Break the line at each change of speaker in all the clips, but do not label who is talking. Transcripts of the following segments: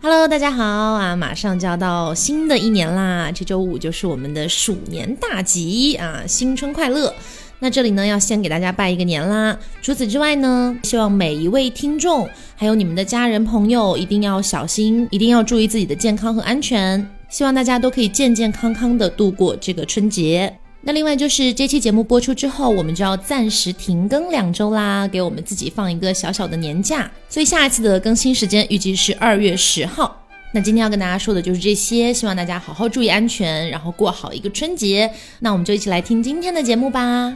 Hello，大家好啊！马上就要到新的一年啦，这周五就是我们的鼠年大吉啊！新春快乐！那这里呢，要先给大家拜一个年啦。除此之外呢，希望每一位听众，还有你们的家人朋友，一定要小心，一定要注意自己的健康和安全。希望大家都可以健健康康的度过这个春节。那另外就是这期节目播出之后，我们就要暂时停更两周啦，给我们自己放一个小小的年假。所以下一次的更新时间预计是二月十号。那今天要跟大家说的就是这些，希望大家好好注意安全，然后过好一个春节。那我们就一起来听今天的节目吧。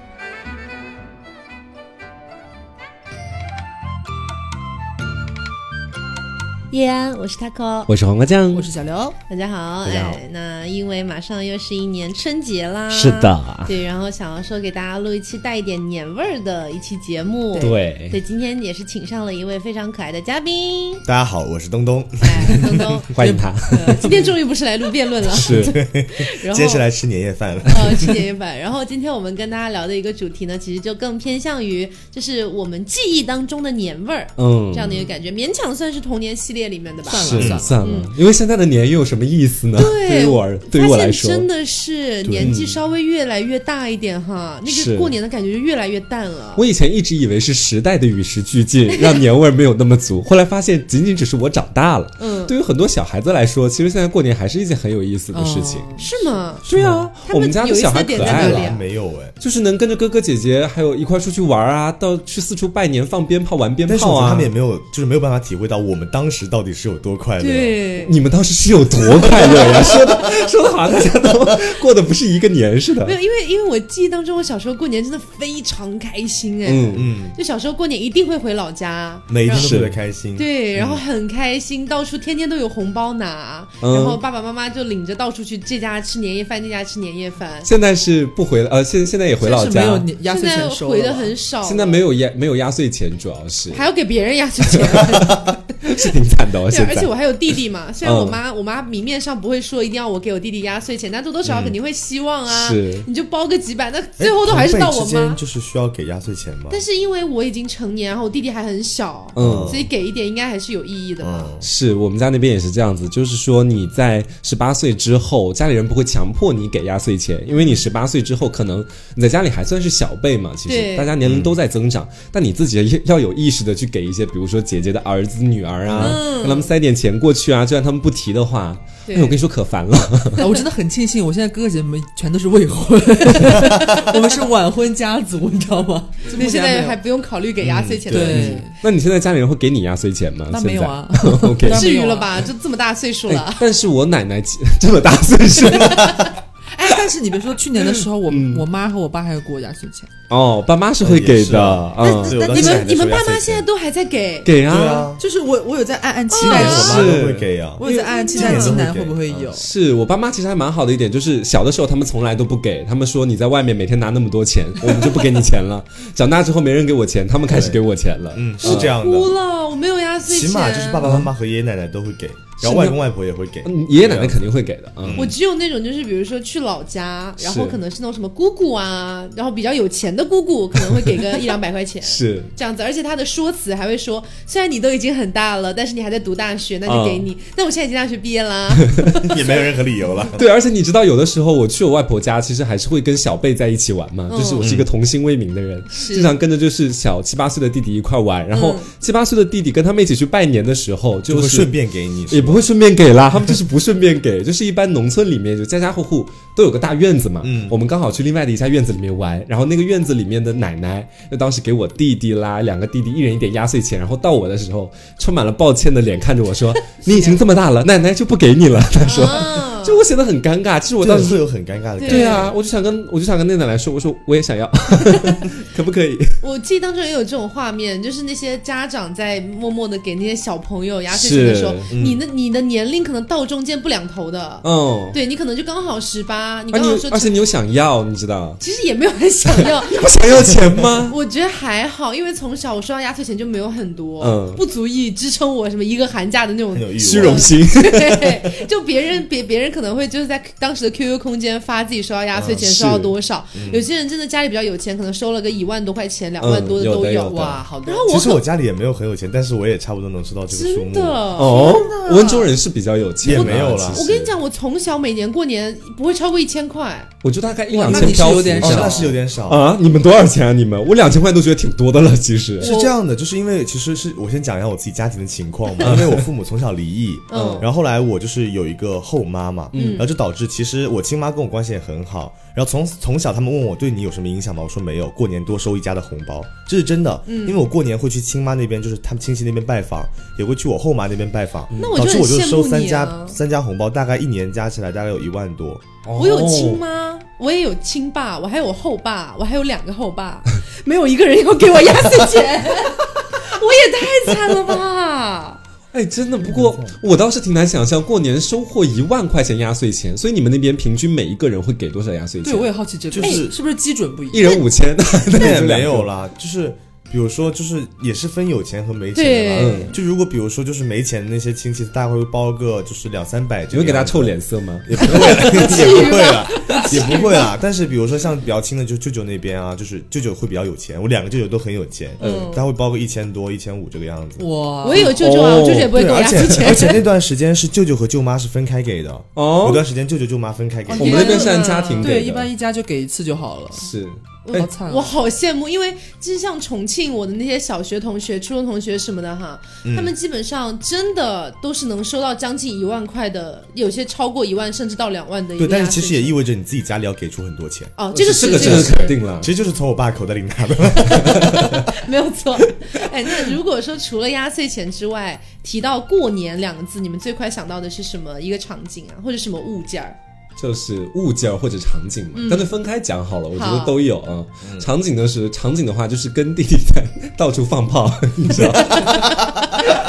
耶安，我是 Taco，
我是黄瓜酱，
我是小刘，
大家好，
大家好
哎，那因为马上又是一年春节啦，
是，的，
对，然后想要说给大家录一期带一点年味儿的一期节目，
对，
对，今天也是请上了一位非常可爱的嘉宾，
大家好，我是东东，
哎，东东，
欢 迎他，
呃今天终于不是来录辩论了，
是
然后
接下来吃年夜饭了。
呃，吃年夜饭。然后今天我们跟大家聊的一个主题呢，其实就更偏向于就是我们记忆当中的年味儿。
嗯
这，样的一个感觉，勉强算是童年系列里面的吧。
是
算了
算了，嗯因为现在的年又有什么意思呢？
对
对于我而对于我来说
发现，真的是年纪稍微越来越大一点哈，那个
是
过年的感觉就越来越淡了。
我以前一直以为是时代的与时俱进，让年味儿没有那么足，后来发现仅仅只是我长大了。
嗯，
对于很多小孩子来说，其实现在过年还是一件很有意思的事情。
是吗？
对啊，
哦他们
我们家的小孩可爱
有意思的点在哪里
了
啊。
没有哎，
就是能跟着哥哥姐姐，还有一块出去玩啊，到去四处拜年、放鞭炮、玩鞭
但是我
炮
觉得
啊。
他们也没有，就是没有办法体会到我们当时到底是有多快乐。，
对。
你们当时是有多快乐呀？ 说的说的好像大家都过的不是一个年似的
没。有，因为因为我记忆当中，我小时候过年真的非常开心哎、
嗯，
嗯，
就小时候过年一定会回老家，
每一天都
是
特别开心。哎
对，然后很开心，到处天天都有红包拿，
嗯
然后爸爸妈妈就领着到处去这家吃年夜饭，那家吃年夜饭。
现在是不回了，呃，现现在也回老
真是
家
没，有年压
现
岁
在
钱收了
回
吧
的很少，
现在没有压没有压岁钱，主要是
还要给别人压岁钱，
是挺惨的哦。
对
现
啊，而
在
且我还有弟弟嘛。虽然我妈、我妈明面上不会说一定要我给我弟弟压岁钱，但多多少少肯定会希望啊，
是
你就包个几百，那
哎
最后都还是到我
同辈之
妈
间。就是需要给压岁钱吗？
但是因为我已经成年，然后我弟弟还很小，
嗯
所以给一点应该还是有意义的吧。
嗯，
是我们家那边也是这样子，就是说你在十八岁之后，家里人不会强迫你给压岁钱，因为你十八岁之后，可能你在家里还算是小辈嘛，其
对嗯
实大家年龄都在增长，但你自己也要有意识的去给一些，比如说姐姐的儿子、女儿啊，
嗯
让他们塞点钱过去啊，就算他们不提的话，
对
哎，我跟你说可烦了，
哎我真的很庆幸，我现在哥哥姐姐们全都是未婚，我们是晚婚家族，你知道吗？就目
你
前
现
没
在
有
还不用考虑给压岁
嗯
钱的问题，
对，
那你现在家里人会给你压岁钱吗？
那
嗯现在
没有 啊
，OK
那。
至
没
于
有啊
了吧？就这么大岁数了
哎，但是我奶奶这么大岁 数
哎，但是你别说，去年的时候我
嗯
我妈和我爸还有给我压岁钱，
哦，爸妈是会给
也是
的
啊，
嗯，
对我
那
当
你
时还
们
在
你们
收压
爸
岁
妈
钱
现在都还在给，
给
对
啊，
啊，
就是我我有在暗暗期
今
待
年我妈
哦是，
都会给啊。
我有在暗暗期待
今年都会
今年
给
会不会有？
嗯是我爸妈其实还蛮好的一点，就是小的时候他们从来都不给，他们说你在外面每天拿那么多钱， 我们就不给你钱了。长大之后没人给我钱，他们开始给我钱了。
嗯，是这样
哭
的，
了，我没有压岁
起
钱，
码就是爸爸妈妈和爷爷奶奶都会给，然后外公外婆也会给。
嗯，爷爷奶奶
对啊
肯定会给的。嗯，
我只有那种，就是比如说去老家，然后
是
可能是那种什么姑姑啊，然后比较有钱的姑姑，可能会给个一两百块 钱
是
这样子。而且他的说辞还会说，虽然你都已经很大了，但是你还在读大学，
嗯
那就给你。那我现在已经大学毕业啦，
也没有任何理 由了。
对，而且你知道，有的时候我去我外婆家，其实还是会跟小辈在一起玩嘛，就是我是一个童心未泯的人，经常跟着就是小七八岁的弟弟一块玩，然后七八岁的弟弟跟他们一起去拜年的时候，
就
就
会
是
顺便给你，
也不会顺便给啦，他 们就是不顺便给，就是一般农村里面就家家户户都有个大院子嘛，
嗯
我们刚好去另外的一家院子里面玩，然后那个院子里面的奶奶就当时给我弟弟啦，两个弟弟一人一点压岁钱，然后到我的时候充满了抱歉的脸看着我 说：“你已经这么大了，奶奶就不给你了。”他说，
啊，
就我显得很尴尬，其实我
真
当
的
时。
会有很尴尬的感
对
觉。
对啊，我就想跟我就想跟那奶奶说，我说我也想要， 可不可以？
我记忆当中也有这种画面，就是那些家长在默默的给那些小朋友压岁钱的时候，
是
你的你的年龄可能到中间不两头的，
嗯，
对你可能就刚好十八，你
而
刚好
你
说
而且你有想要，你知道？
其实也没有很想要，
你不 想要钱吗？
我觉得还好，因为从小我收到压岁钱就没有很多，
嗯
不足以支撑我什么一个寒假的那种
很。有欲望，
虚荣心，
对，就别人别别人可能会就是在当时的 QQ 空间发自己收到压岁
嗯
钱收到
是
多少，有些人真的家里比较有钱，可能收了个一万多块钱、两
嗯
万多
有
都
的有的
哇，好多。然后
其
我
实我家里也没有很有钱，但是我也差不多能收到这个数
真
目。
的，
哦，温州人是比较有钱的，
也没有啦
其实
我跟你，讲，我从小每年过年不会超过一千块，
我就大概一两
哇
千
那你是
漂浮
有点
一
哦，
下
少
那是有点少。
啊！你们多少钱啊？你们我两千块都觉得挺多的了，其实。
是这样的，就是因为其实是我先讲一下我自己家庭的情况嘛，因为我父母从小离异，
嗯
然后后来我就是有一个后妈嘛，然后就导致其实我亲妈跟我关系也很好，然后从从小他们问我对你有什么影响吗？我说没有，过年多收一家的红包，这是真的，
嗯
因为我过年会去亲妈那边，就是他们亲戚那边拜访，也会去我后妈那边拜访，
那我就
导致
很
我就
羡
收
慕
三
你
家
啊
三家红包，大概一年加起来大概有一万多，
我有亲
哦
妈，我也有亲爸，我还有后爸，我还有两个后爸，没有一个人要给我压岁钱， 我也太惨了吧！
哎，真的，不过我倒是挺难想象过年收获一万块钱压岁钱，所以你们那边平均每一个人会给多少压岁钱？
对，我也好奇这个，
就是
哎是不是基准不一
一
样？
人五千， 那
那也
就两
没有
个。
啦，就是比如说，就是也是分有钱和没钱的
对
啦。就如果比如说就是没钱的那些亲戚，大概会包个就是两三百
你
这个
会
样子，
给他臭脸色吗？
也不会， 也不 会啦，也不会啦。但是比如说像比较亲的，就舅舅那边啊，就是舅舅会比较有钱，我两个舅舅都很有钱，嗯，他会包个一千多、一千五这个样子。
哇，
我也有舅舅啊，
哦
我舅舅也不会
对，
给我
而
压
且
岁钱
而。且那段时间是舅舅和舅妈是分开给的，
哦
有段时间舅舅舅妈分开给的
我们那边是按家庭嗯给的，
对，一般一家就给一次就好了。
是。
好惨啊，
我好羡慕，因为就是像重庆我的那些小学同学、初中同学什么的哈，
嗯
他们基本上真的都是能收到将近一万块的，有些超过一万甚至到两万的一个
对，
压岁钱。
但是其实也意味着你自己家里要给出很多钱，
哦，这个
这
是
个
这
这
个
个
是
肯定了
其。实就是从我爸口袋里拿的。
没有错。哎，那如果说除了压岁钱之外，提到过年两个字，你们最快想到的是什么一个场景啊，或者什么物件儿？
就是物件儿或者场景嘛，干脆分开讲好了，我觉得
好
都有啊。场景的是场景的话，就是跟弟弟在到处放炮，你知道，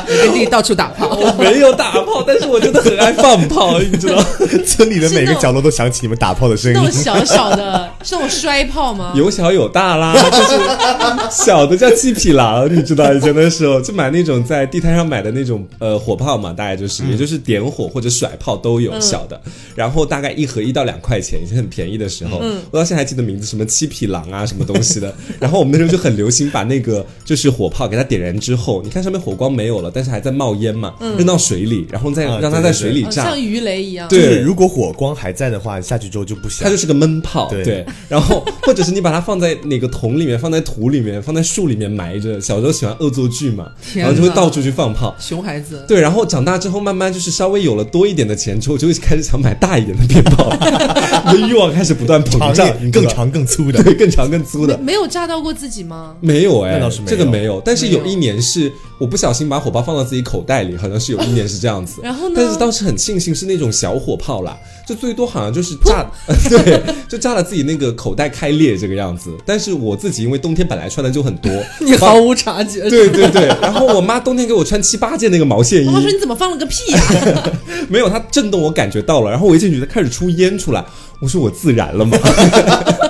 跟弟弟到处打炮。
我没有打炮，但是我真的很爱放炮，你知道。
村里的每个角落都响起你们打炮的声
那
音
种。小小的，是那种摔炮吗？呃
有小有大啦，就是小的叫七匹狼，你知道以前的时候就买那种在地摊上买的那种呃火炮嘛，大概就是、
嗯
也就是点火或者甩炮都有小的，然后大概一盒一到两块钱，以前很便宜的时候，
嗯
我到现在还记得名字什么七匹狼啊什么东 西的，然后我们那时候就很流行把那个就是火炮给它点燃之后，你看上面火光没有了，但是还在冒烟嘛，扔到水里，然后再
啊
让它
对
在
对
水
对
里
嗯哦
炸，
像鱼雷一样。
对
就是如果火光还在的话，下去之后就不响
它就。是个闷炮，
对
然后或者是你把它放在哪个桶里面，放在土里面，放在树里面埋着。小时候喜欢恶作剧嘛，
天
然
哪
后就会到处去放炮。
熊孩子，
对，然后长大之后，慢慢就是稍微有了多一点的钱之后，就会开始想买大一点的鞭 炮，我的欲望开始不断膨胀，
长
你
一
知道
更
吧，
长更粗的。
对，更长更粗的。
没有炸到过自己吗？
没有哎、
那倒是没有
这个没有，但是有
没有
一年是我不小心把火炮放到自己口袋里，好像是有一年是这样子。
然后呢
但是当时很庆幸是那种小火炮啦，就最多好像就是炸， 对，就炸了自己那个口袋开裂这个样子。但是我自己因为冬天本来穿的就很多，
你毫无察觉。
对对对，然后我妈冬天给我穿七八件那个毛线衣
妈，妈说你怎么放了个屁呀、
没有，它震动我感觉到了，然后我一进去，它开始出烟出来，我说我自燃了吗？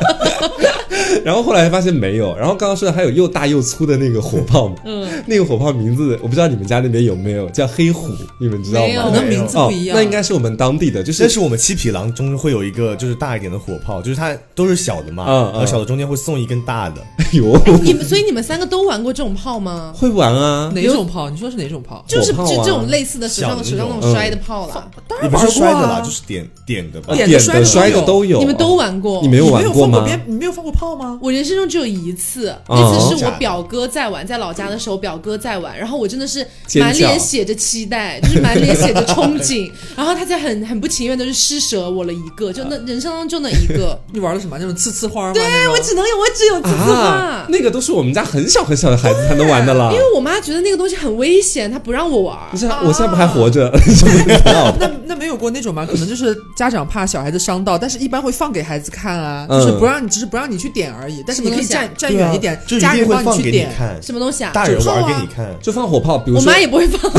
然后后来才发现没有，然后刚刚说的还有又大又粗的那个火炮，嗯，那个火炮名字我不知道你们家那边有没有，叫黑虎，你们知道
没有
吗？
可能名字不一样
哦，那应该是我们当地的，就
但
是
是我们七匹狼中会有一个就是大一点的火炮，就是它都是小的嘛，
嗯嗯
然后小的中间会送一根大的，
哎呦，
你们所以你们三个都玩过这种炮吗？
会玩啊，
哪种炮？你说是哪种炮？
就是
火
就
炮啊
这种类似的手上
小的那种
手上那
嗯
种摔的炮啦，
也不是摔的啦，
玩过啊
就是点点的吧。
点
点
的摔的
摔的
都
都有，
你们都玩过？
你没有
你
玩
有
过
放过
吗
别？你没有放过炮吗？
我人生中只有一次，
哦
那次是我表哥在玩，在老家的时候，表哥在玩，然后我真的是
尖叫
满脸写着期待，就是满脸写着憧憬， 然后他才很很不情愿的就施舍我了一个，就那人生当中那一个，
你玩的什么？那种刺刺花吗？
对
那种
我只能有我只有自自
啊
画，，
那个都是我们家很小很小的孩子才能玩的啦
因。为我妈觉得那个东西很危险，她不让我玩。
你现在我现在不还活着， 是不是很好的？
那那没有过那种吗？可能就是家长怕小孩子伤到，但是一般会放给孩子看啊，
嗯
就是不让你，只是不让你去点而已。但是你可以
什么
站
东
站
对啊
远一点，
就一
家
定
人
会
帮
放
去
给你
点。
看，
什么东西啊？
大人玩
炮
给
啊
你看。
就放火炮，比如
我
说
妈也不会放，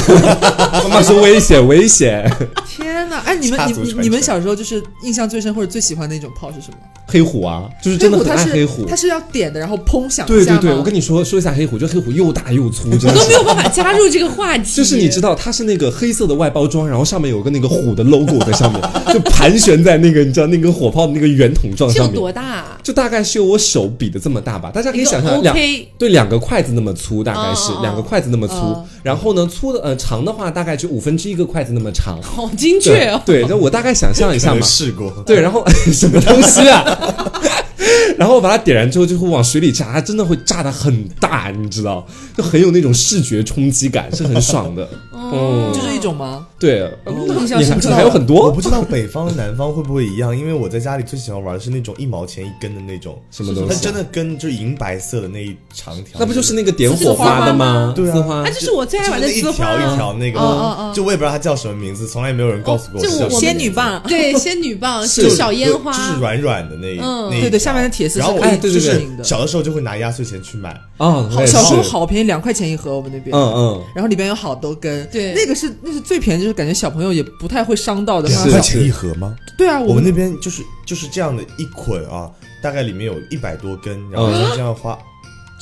妈妈说危险危险，
天哪！啊，哎，你们
家
你
族
你
传
你们
承
小时候就是印象最深或者最喜欢的一种炮是什么？
黑虎啊，就是真的
虎
很
它
爱
是
黑虎
它。是要点的，然后砰响一
对对
下吗？
对，我跟你说说一下黑虎，就黑虎又大又粗，真
我
的
都
是
没。有办法加入这个话题。
就是你知道它是那个黑色的外包装，然后上面有个那个虎的 logo 在上面，就盘旋在那个你知道那个火炮的那个圆筒状
这有
上面
多，大、啊？
就大概是有我手比的这么大吧，大家可以
一个
想象两
OK
对两个筷子那么粗，大概是
哦哦哦
两个筷子那么粗
哦，
然后呢粗的呃长的话大概就五分之一个筷子那么长，
好精确
对
哦！
对，就我大概想象一下
可能
嘛，
试过，
对， 然后什么东西啊？ 然后把它点燃之后，就会往水里炸，它真的会炸得很大，你知道，就很有那种视觉冲击感，是很爽 的。
哦
嗯，
这是一种吗？
对，
印象
你
深
还
刻
你还有很
我
多
不知道北方南方会不会一样，因为我在家里最喜欢玩的是那种一毛钱一根的那种，
什么东
它
西
真，的跟就是银白色的那一长条，
那不就是那个点火的吗？
对啊
丝花
啊，这是我最爱玩的
就是一
丝花、
条一
啊。
条那个，
哦哦哦
就我也不知道它叫什么名字，从来没有人告诉过
哦这
我。
我们
仙女棒，啊
对，仙女棒
是
是小烟花，
就是软软的那一
嗯
那一
对
条
对，下面的铁丝
然
是
后我
可
哎
以
对
支
对对
撑的。
小的时候就会拿压岁钱去买，
啊，我
好
也
小时候
是
好便宜，两块钱一盒，我们那边。
嗯嗯，
然后里边有好多根，
对
那个是那是最便宜，就是感觉小朋友也不太会伤到的。
是啊
它
两块
小
钱一盒吗？
对啊，
我
我
们那边就是就是这样的一捆啊，大概里面有一百多根，然后
嗯
就这样花，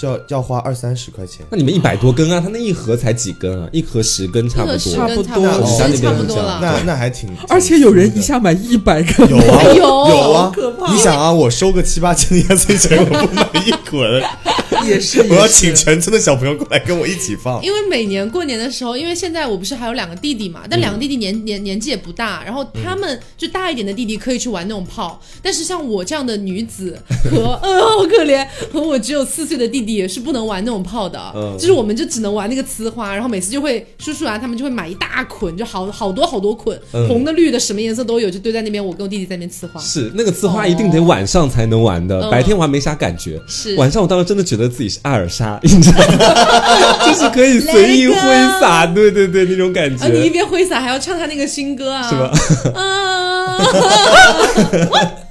就要要花二三十块钱。
那你们一百多根啊，它那一盒才几根啊，一盒十根差不
这
多。
个十
差
根
不
差
多
不
我们家哦
多，十
那
差
边
不
是
多
这样
了。
哦那那还挺，
而且有人一
挺
下买一百根，
有啊
哎呦
有啊
好，
可怕
你想啊，我收个七八千的压岁钱，我不买一捆，
也是
我要
也
请
是。
全村的小朋友过来跟我一起放。
因为每年过年的时候，因为现在我不是还有两个弟弟嘛，但两个弟弟年、年年纪也不大，然后他们就大一点的弟弟可以去玩那种炮，但是像我这样的女子和 嗯、好可怜，和我只有四岁的弟弟也是不能玩那种炮的，
嗯
就是我们就只能玩那个呲花，然后每次就会叔叔啊他们就会买一大捆，就好好多好多捆，
嗯
红的绿的什么颜色都有，就堆在那边，我跟我弟弟在那边呲花，
是那个呲花一定得晚上才能玩的，
哦
白天玩没啥感觉。
是
晚上我当时真的觉得自己是阿尔莎， 你知道吗？ 就是可以随意挥洒，对对对，那种感
啊，你一
觉。
边挥洒还要唱他那个新歌啊，
是吧？
啊，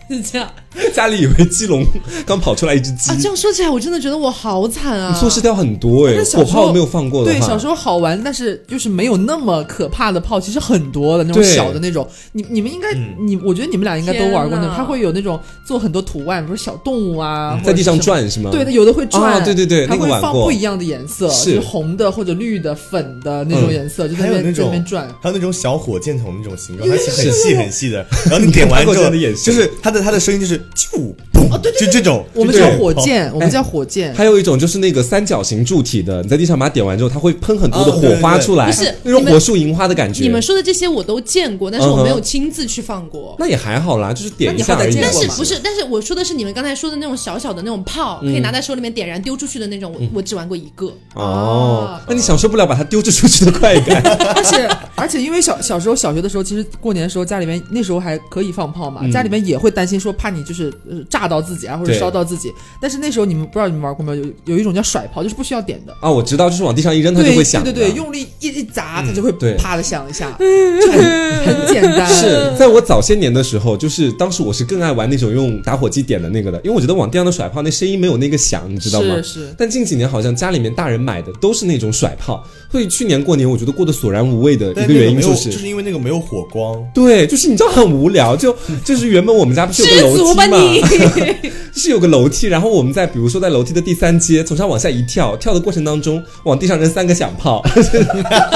是 这样。
家里以为鸡笼刚跑出来一只鸡
啊，，这样说起来，我真的觉得我好惨啊！
你错失掉很多哎
但，
火
小时候
炮没有放过的
对，
话
小时候好玩，但是就是没有那么可怕的炮，其实很多的那种
对嗯
小的那种。你你们应该，你我觉得你们俩应该都玩过那
天哪
种，它会有那种做很多图案，比如小动物啊，
嗯在地上
或者是什么。
转是吗？
对，它有的会转，
啊对对对
它
那个
会
玩
放
过
不一样的颜色，
是
就是红的或者绿的、粉的那种
嗯
颜色，就在
还
那
有那
边在那
种
边转。
还有那种小火箭筒那种形状，它是很细很细的。然后你点
看
完
过这
之后，
样的眼神
就是它的它的声音就是啾嘣，
哦
就这种。
我们
就
叫
这种
火箭，我们叫火箭。
还有一种就是那个三角形柱体的，你在地上把它点完之后，它会喷很多的
哦对
火
对
花
对
出来，
不是
那种
你们
火树银花的感觉。
你们说的这些我都见过，但
嗯
是我
哼
没有亲自去放过。
那也还好啦，就是点
那
一
你
下
好歹
而已嘛。
见
但
过
是
嘛
不是？但是我说的是你们刚才说的那种小小的那种
嗯
炮，可以拿在手里面点燃丢出去的那种，我我只玩过一个。
哦
啊，
那你享受不了把它丢掷出去的快感。
而且而且，因为小小时候小学的时候，其实过年的时候家里面那时候还可以放炮嘛，
嗯
家里面也会担心说怕你就是呃炸到自己啊，或者
对
烧到自己。但是那时候你们不知道你们玩过没有，有有一种叫甩炮，就是不需要点的。
啊，我知道，就是往地上一扔，它就
对
会响的。嗯
对对对，用力一一砸，它就会
对
啪的响一下，就很很简单。
是在我早些年的时候，就是当时我是更爱玩那种用打火机点的那个的，因为我觉得往地上的甩炮那声音没有那个响，你知道吗
是？是，
但近几年好像家里面大人买的都是那种甩炮，所以去年过年我觉得过得索然无味的一
但
个
那
原因
没有，
就。
就是是因为那个没有火光，
对，就是你知道很无聊，就
嗯
就是原本我们家不是有个
知
楼
足
梯
吧
嘛，
你！
是有个楼梯，然后我们在比如说在楼梯的第三阶从上往下一跳，跳的过程当中往地上扔三个响炮，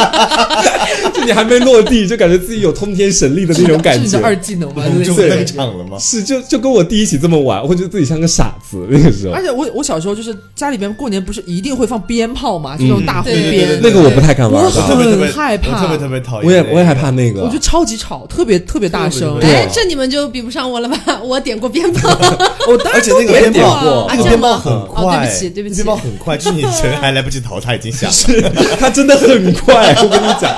就你还没落地，就感觉自己有通天神力的那种感
这是你的二
觉。嗯
技能吗？
龙
就
就
那种
登
感觉
场了吗？
是，就就跟我弟一起这么玩，我觉得自己像个傻子那个时候
而。且我我小时候就是家里边过年不是一定会放鞭炮嘛，
嗯
就那种大红
对对对
鞭，
那个我不太敢玩
我
我
的，
特别特别
很害怕
我特别特别讨厌。
我也我也害怕。那个
我觉得。超级吵，特别特别大声。
对
啊
哎，这你们就比不上我了吧？我点过鞭炮，啊
我当
而
然
且那个
别
鞭
点
炮
过，
那
啊这
个鞭
么
炮很快、
哦对不起对不起
那鞭炮很快，就是你人还来不及逃，它已经响了。
它真的很快，我跟你讲，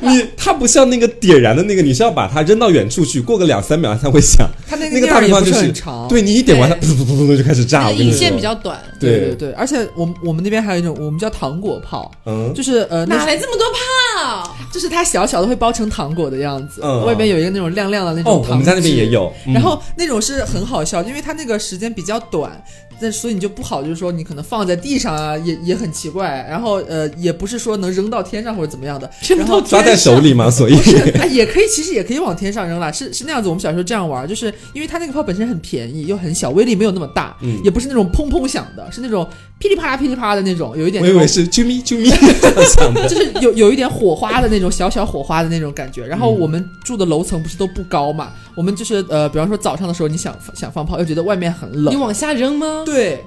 你它不像那个点燃的那个，你是要把它扔到远处去，过个两三秒它才会响。
它那个
那个
面
大
儿
地
也
方
不
就是是
很长，
对你一点完它，噗噗噗噗就开始炸。我跟你
引
说
线，比较短，
对对对，而且我们我们那边还有一种我们叫糖果炮，
嗯
就是呃，
哪
那
来这么多炮？
就是它小小的会包成糖果的样子，
嗯
外边有一个那种亮亮的那
哦
种，糖。
我们家那边也。有。嗯
然后那种是很好笑，因为它那个时间比较短，那所以你就不好，就是说你可能放在地上啊，也也很奇怪。然后呃，也不是说能扔到天上或者怎么样的，
扔
然
到
后
天
在手里 嘛，所以
哎，也可以， 其实也可以往天上扔啦。是是那样子，我们小时候这样玩，就是因为它那个炮本身很便宜又很小，威力没有那么大，
嗯
也不是那种砰砰响的，是那种噼里啪啦噼里啪啦的那种，有一 点
我
那
以
种
为是啾咪啾咪 这样想 的。
就是有有一点火花的那种小小火花的那种感觉。然后我们住的楼层不是都不高嘛，我们就是呃，比方说早上的时候你想想放炮，又觉得外面很
你
冷，
往下扔吗？
对，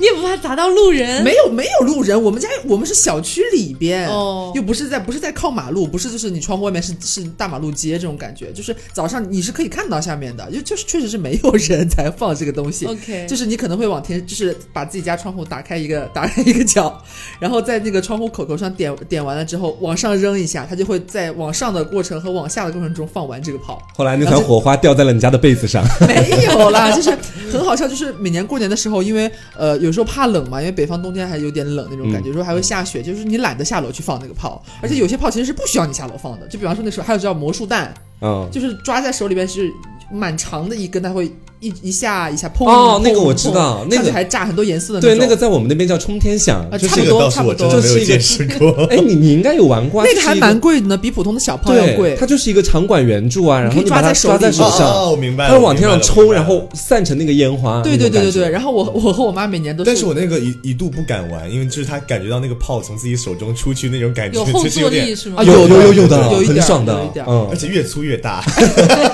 你也不怕砸到路人？
没有没有路人，我们家我们是小区里边，
哦
又不是在不是在靠马路，不是就是你窗户外面是是大马路街这种感觉，就是早上你是可以看到下面的，就就是确实是没有人才放这个东西。
OK，
就是你可能会往天，就是把自己家窗户打开一个打开一个角，然后在那个窗户口口上点点完了之后，往上扔一下，它就会在往上的过程和往下的过程中放完这个炮。
后来那团火花掉在了你家的被子 上，
没有啦，就是很好笑，就是每年过年的时候，因为呃有时候怕冷嘛，因为北方冬天还有点冷那种感觉，有时候还会下雪，就是你懒得下楼去放那个炮，而且有些炮其实是不需要你下楼放的，就比方说那时候还有叫魔术弹，
嗯。
就是抓在手里边是蛮长的一根，它会一一下一下砰，
哦那个
砰
我知道
砰
那个
上去还炸很多颜色的
对，
那
那个
种。
在我们那边叫冲天响，
啊
就
差
是一
这
不
个
个。
多
倒是我真的没有见识过。
哎，你你应该有玩过啊，
啊那
就
个
是
还
一个
蛮贵的呢，比普通的小炮要
对，
贵
它。就是一个长管圆柱啊，然
可以
后你把
抓
它
在手
抓在
里
手上，
哦，我明白
它
了。
是往天上抽，
我明白了
然后散成那个烟花。
对对对对对，
后
然后我我和我妈每年都
但是我那个一一度不敢玩，因为就是他感觉到那个炮从自己手中出去那种感觉，
有后
就是
坐
有点
力是吗？。
啊
有
有
有
的
的，
有一
很
点儿
爽
有一点
的，
儿
嗯
而，且越粗越大。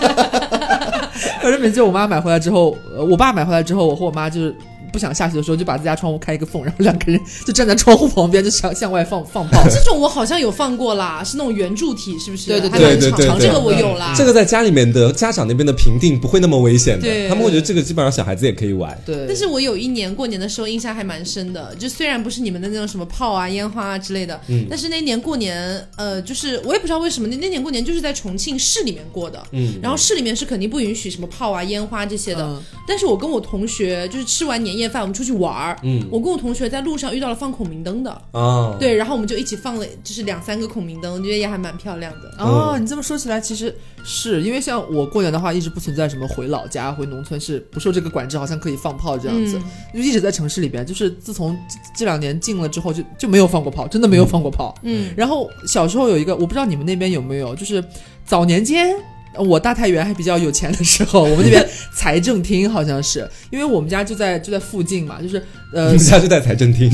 反正每次我妈买回来之后，呃我爸买回来之后，我和我妈就是不想下去的时候，就把自家窗户开一个缝，然后两个人 就站在窗户旁边，就向向外放放炮
哦这种我好像有放过啦，是那种圆柱体，是不是？
对对
还
对
蛮
对
长
对
长
对
这个我有啦。
这个在家里面的家长那边的评定不会那么危险的，
对
他们会觉得这个基本上小孩子也可以玩。
对，
但是我有一年过年的时候印象还蛮深的，就虽然不是你们的那种什么炮啊、烟花啊之类的，
嗯
但是那年过年，呃，就是我也不知道为什么那那年过年就是在重庆市里面过的，
嗯，
然后市里面是肯定不允许什么炮啊、烟花这些的。
嗯
但是我跟我同学就是吃完年夜饭，我们出去玩儿，
嗯
我跟我同学在路上遇到了放孔明灯
哦
的，
啊，
对，然后我们就一起放了就是两三个孔明灯，我觉得也还蛮漂亮的。
哦，你这么说起来，其实是因为像我过年的话，一直不存在什么回老家、回农村是不受这个管制，好像可以放炮这样子，就一直在城市里边。就是自从这这两年禁了之后就，就没有放过炮，真的没有放过炮。
嗯，
然后小时候有一个，我不知道你们那边有没有，就是早年间。我大太原还比较有钱的时候，我们那边财政厅好像是，因为我们家就在就在附近嘛，就是
你
呃
们家就在财政 厅，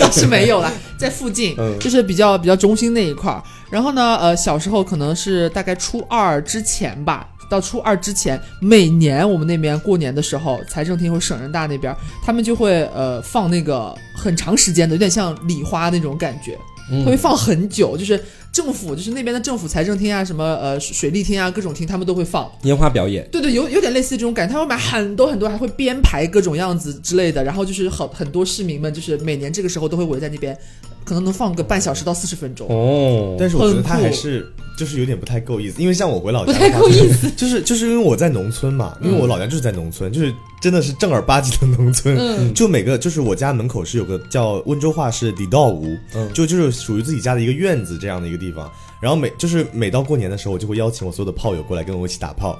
倒是没有啦，在附近，
嗯
就是比较比较中心那一块儿。然后呢，呃，小时候可能是大概初二之前吧，到初二之前，每年我们那边过年的时候，财政厅或省人大那边，他们就会呃放那个很长时间的，有点像礼花那种感觉。
嗯
它会放很久，就是政府，就是那边的政府财政厅啊，什么呃水水利厅啊，各种厅他们都会放。
烟花表演，
对对，有有点类似于这种感觉，他会买很多很多，还会编排各种样子之类的。然后就是很很多市民们，就是每年这个时候都会围在那边，可能能放个半小时到四十分钟。
哦，
但是我觉得他
很酷
还是就是有点不太够意思，因为像我回老
不
家
太
的话
够意思。
就是就是因为我在农村嘛，因为我老家就是在农村，就是真的是正儿八经的农村，
嗯
就每个就是我家门口是有个叫温州话是李道屋，
嗯
就就是属于自己家的一个院子这样的一个地方。然后每就是每到过年的时候，我就会邀请我所有的炮友过来跟我一起打炮，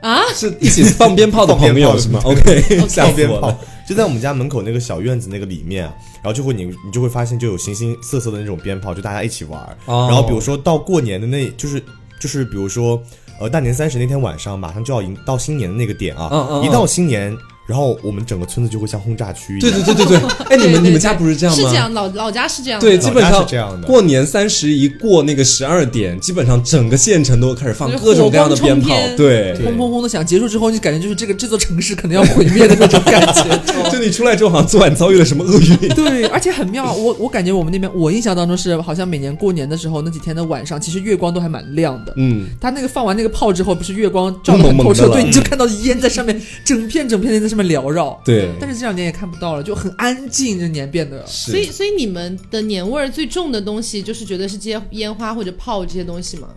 啊，
是一起放鞭炮的
放鞭
朋
炮
友
的
是 吗
朋
？OK，吓
放
死
鞭
我
炮
了。，
就在我们家门口那个小院子那个里面啊，然后就会你你就会发现就有形形色色的那种鞭炮，就大家一起玩儿。
哦
然后比如说到过年的那，就是就是比如说呃大年三十那天晚上，马上就要迎到新年的那个点啊，
嗯嗯嗯
一到新年，然后我们整个村子就会像轰炸区一样，
对对对对 对，哎，你们你们家不是这样
是
吗？
这样，老老家是这样的。
对，基本
老家
上
是这样的
过年三十一过那个十二点，基本上整个县城都开始放
就是
各种各样的鞭
火
炮
光冲天，
对。
轰轰轰的响，结束之后就感觉就是这个这座城市可能要毁灭的那种感 觉。
就你出来之后，好像昨晚遭遇了什么厄 运。
对，而且很妙，我我感觉我们那边，我印象当中是好像每年过年的时候那几天的晚上，其实月光都还蛮亮的。
嗯，
他那个放完那个炮之后，不是月光照得很
蒙蒙
透彻，
的了
对，你就看到烟在上面，整片整片的在上面缭绕。
对，
但是这两年也看不到了，就很安静，这年变得。
是
所以，所以你们的年味儿最重的东西，就是觉得是这些烟花或者炮这些东西吗？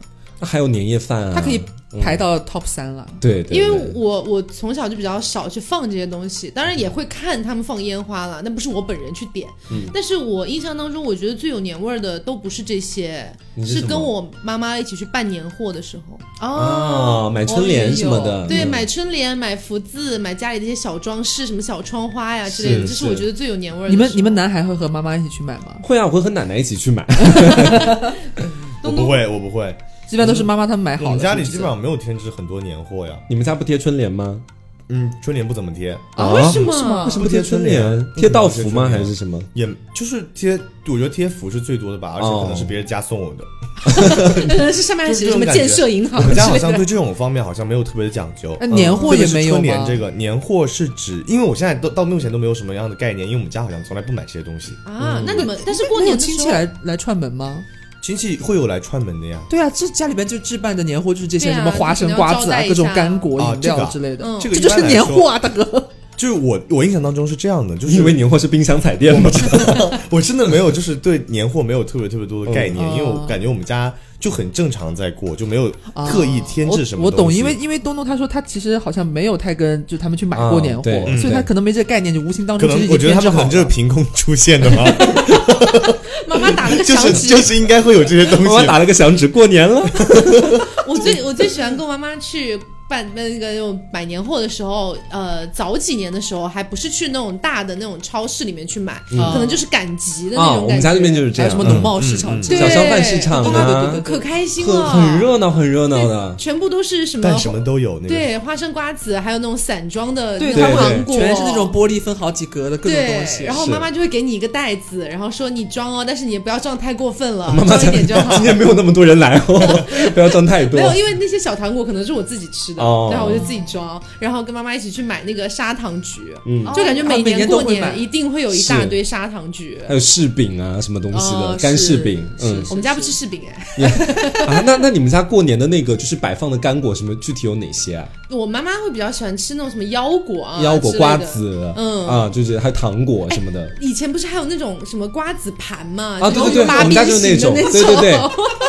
那还有年夜饭啊，
它可以排到 top 三了。
对，对
因为
对
我我从小就比较少去放这些东西，当然也会看他们放烟花啦，那不是我本人去点。
嗯
但是我印象当中，我觉得最有年味儿的都不是这些，
你是
是
什么
跟我妈妈一起去办年货的时候。哦
啊，买春联什么的，
对，
嗯
买春联、买福字、买家里的一些小装饰，什么小窗花呀之类
是
的，这是
是
我觉得最有年味儿的
你
时候。
们你们男孩会和妈妈一起去买吗？
会啊，我会和奶奶一起去买。
我不会，我不会。
一般都是妈妈他嗯们买
我
好的。
们家里
是
基
不是
本上没有添置很多年货呀。
你们家不贴春联吗？
嗯，春联不怎么贴，
啊？为什
么？
么？
不贴春
为什
联
么？
贴道符吗？
不贴春联
还是什么？
也就是贴，我觉得贴符是最多的吧，而且可能
哦
是别人家送我的。
可能是上面还写着什么建设 银行
我们
之
家好
类
像
的。
对这种方面好像没有特别的讲究。嗯
那呃年货也没有
特别是春联
吗？
这个年货是指，因为我现在都到目前都没有什么样的概念，因为我们家好像从来不买这些东西。
嗯
啊，那你们但是
那
过
你有
年的
亲
时
戚
候，
来来串门吗？
亲戚会有来串门的呀。
对啊，这家里边就置办的年货就是这些
对啊
什么花生、瓜
你可能要
子
招待一
啊，
下
各种干果、
啊
饮
这个
料
啊
之类的，
嗯
这个
哦这
一
就
般
是
来
年
说
货，啊，大哥。
就是我我印象当中是这样的，就
你以
是
为年货是冰箱彩电吗？
我真的没有，就是对年货没有特别特别多的概念，
嗯
因为我感觉我们家就很正常在过，就没有特意添置什么
哦啊我我懂，
东西
因为因为东东他说他其实好像没有太跟就他们去买过年
啊
货，
对嗯
所以他
对
可能没这个概念，就无形当
可
中其
能
实
我觉得他
已经
们可能
编制
就
好
是
了
凭空出现的 嘛，
妈妈打了个
就
响
是
指。
就是应该会有这些东
我妈
西。
打了个响指，过年了。
我最我最喜欢跟我妈妈去办那个那种买年货的时候，呃，早几年的时候还不是去那种大的那种超市里面去买，可能就是赶集的那
啊，
种
嗯我
感
们
觉。
家那边就是这
还有
样，
什
嗯
么农贸市
嗯
场
嗯嗯
之类
对
小
的
商贩市场啊，
可开心
很
了，
很热闹，很热闹
对
的。
全部都是什么
但什么都有那个。
对花生瓜子，还有那种散装的
对
那种
对对
糖果，
全是那种。玻璃分好几格的各种
对
东，西
然。后
是
妈妈就会给你一个袋子，然后说你装哦，但是你也不要装太过分了，
妈妈
装一
讲，
点就 好。
今天没有那么多人来哦，不要装太多
没。有，因为那些小糖果可能是我自己吃的，
哦
然后我就自己装，然后跟妈妈一起去买那个砂糖橘，
嗯
就感觉
哦
每
每年都
过
会买
年一定会有一
是
大堆砂糖橘。
还有柿饼啊，什么东西的
哦
干
是
柿饼，
是
嗯
我们家不吃柿饼哎，
啊，那那你们家过年的那个就是摆放的干果什么，具体有哪些啊？
我妈妈会比较喜欢吃那种什么腰果啊，
腰果、
之类的
瓜。子，
嗯
啊，就是还有糖果什么的
以前不是还有那种什么瓜子盘嘛？
啊，
就
对
是
对对，
八
我们家
边
就是那
形
种，
的那
对对对，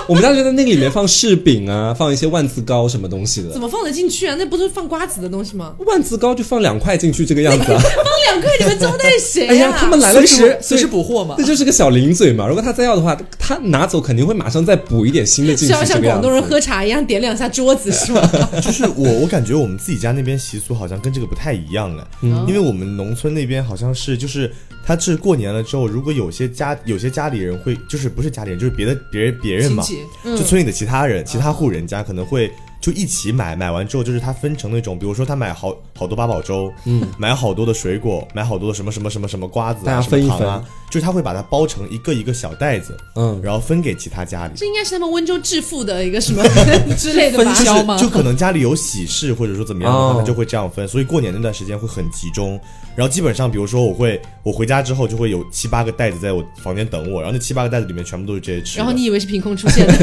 我们家就在那个里面放柿饼啊，放一些万字糕什么东西的
怎。么放得进去啊？那不是放瓜子的东西吗？
万字糕就放两块进去，这个样 子啊！
放两块，你们招待谁、啊？
哎呀，他们来了
随
之
时
后
随时补货嘛
这，就是个小零嘴嘛。如果他再要的话，他拿走肯定会马上再补一点新的进
是
去。
要像
这个样
广
子
东人喝茶一样点两下桌子是 吗？
就是我，我感觉我们自己家那边习俗好像跟这个不太一样哎，
嗯
因为我们农村那边好像是就是，他是过年了之后，如果有些家有些家里人会，就是不是家里人，就是别的别人别人
亲
嘛，
戚嗯
嗯
就村里的其他人、其他户人家可能会就一起买，买完之后就是他分成那种，比如说他买好好多八宝粥，嗯，买好多的水果，买好多的什么什么什么什么瓜子
大
啊，
家
什
分一
么
分
糖啊，就是他会把它包成一个一个小袋子，
嗯
然后分给其他家里。
这应该是他们温州致富的一个什么 之类的
分
吧？
销 吗？
就可能家里有喜事或者说怎么样的
哦
话，他就会这样分，所以过年那段时间会很集中。然后基本上，比如说我会我回家之后就会有七八个袋子在我房间等我，然后那七八个袋子里面全部都是这些吃的。
然后 你以为是凭空出 现的？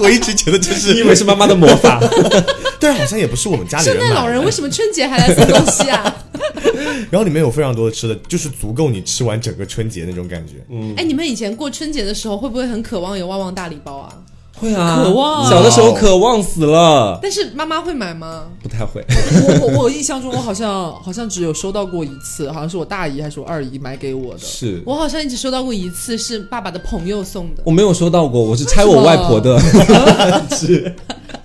我一直觉得这
你以
是，
为是妈妈的魔 法？
但啊是好像也不是我们家里
圣
人买
诞
的。
老人为什么春节还来送东西啊？
然后里面有非常多的吃的，就是足够你吃完整个春节那种感觉。
嗯
哎，你们以前过春节的时候会不会很渴望有旺旺大礼包啊？
会啊，
渴望
小的时候渴望死了，
但是妈妈会买吗？
不太会。
我我我印象中我好像好像只有收到过一次，好像是我大姨还是我二姨买给我的。
是
我好像一直收到过一次，是爸爸的朋友送的。
我没有收到过，我是拆我外婆的。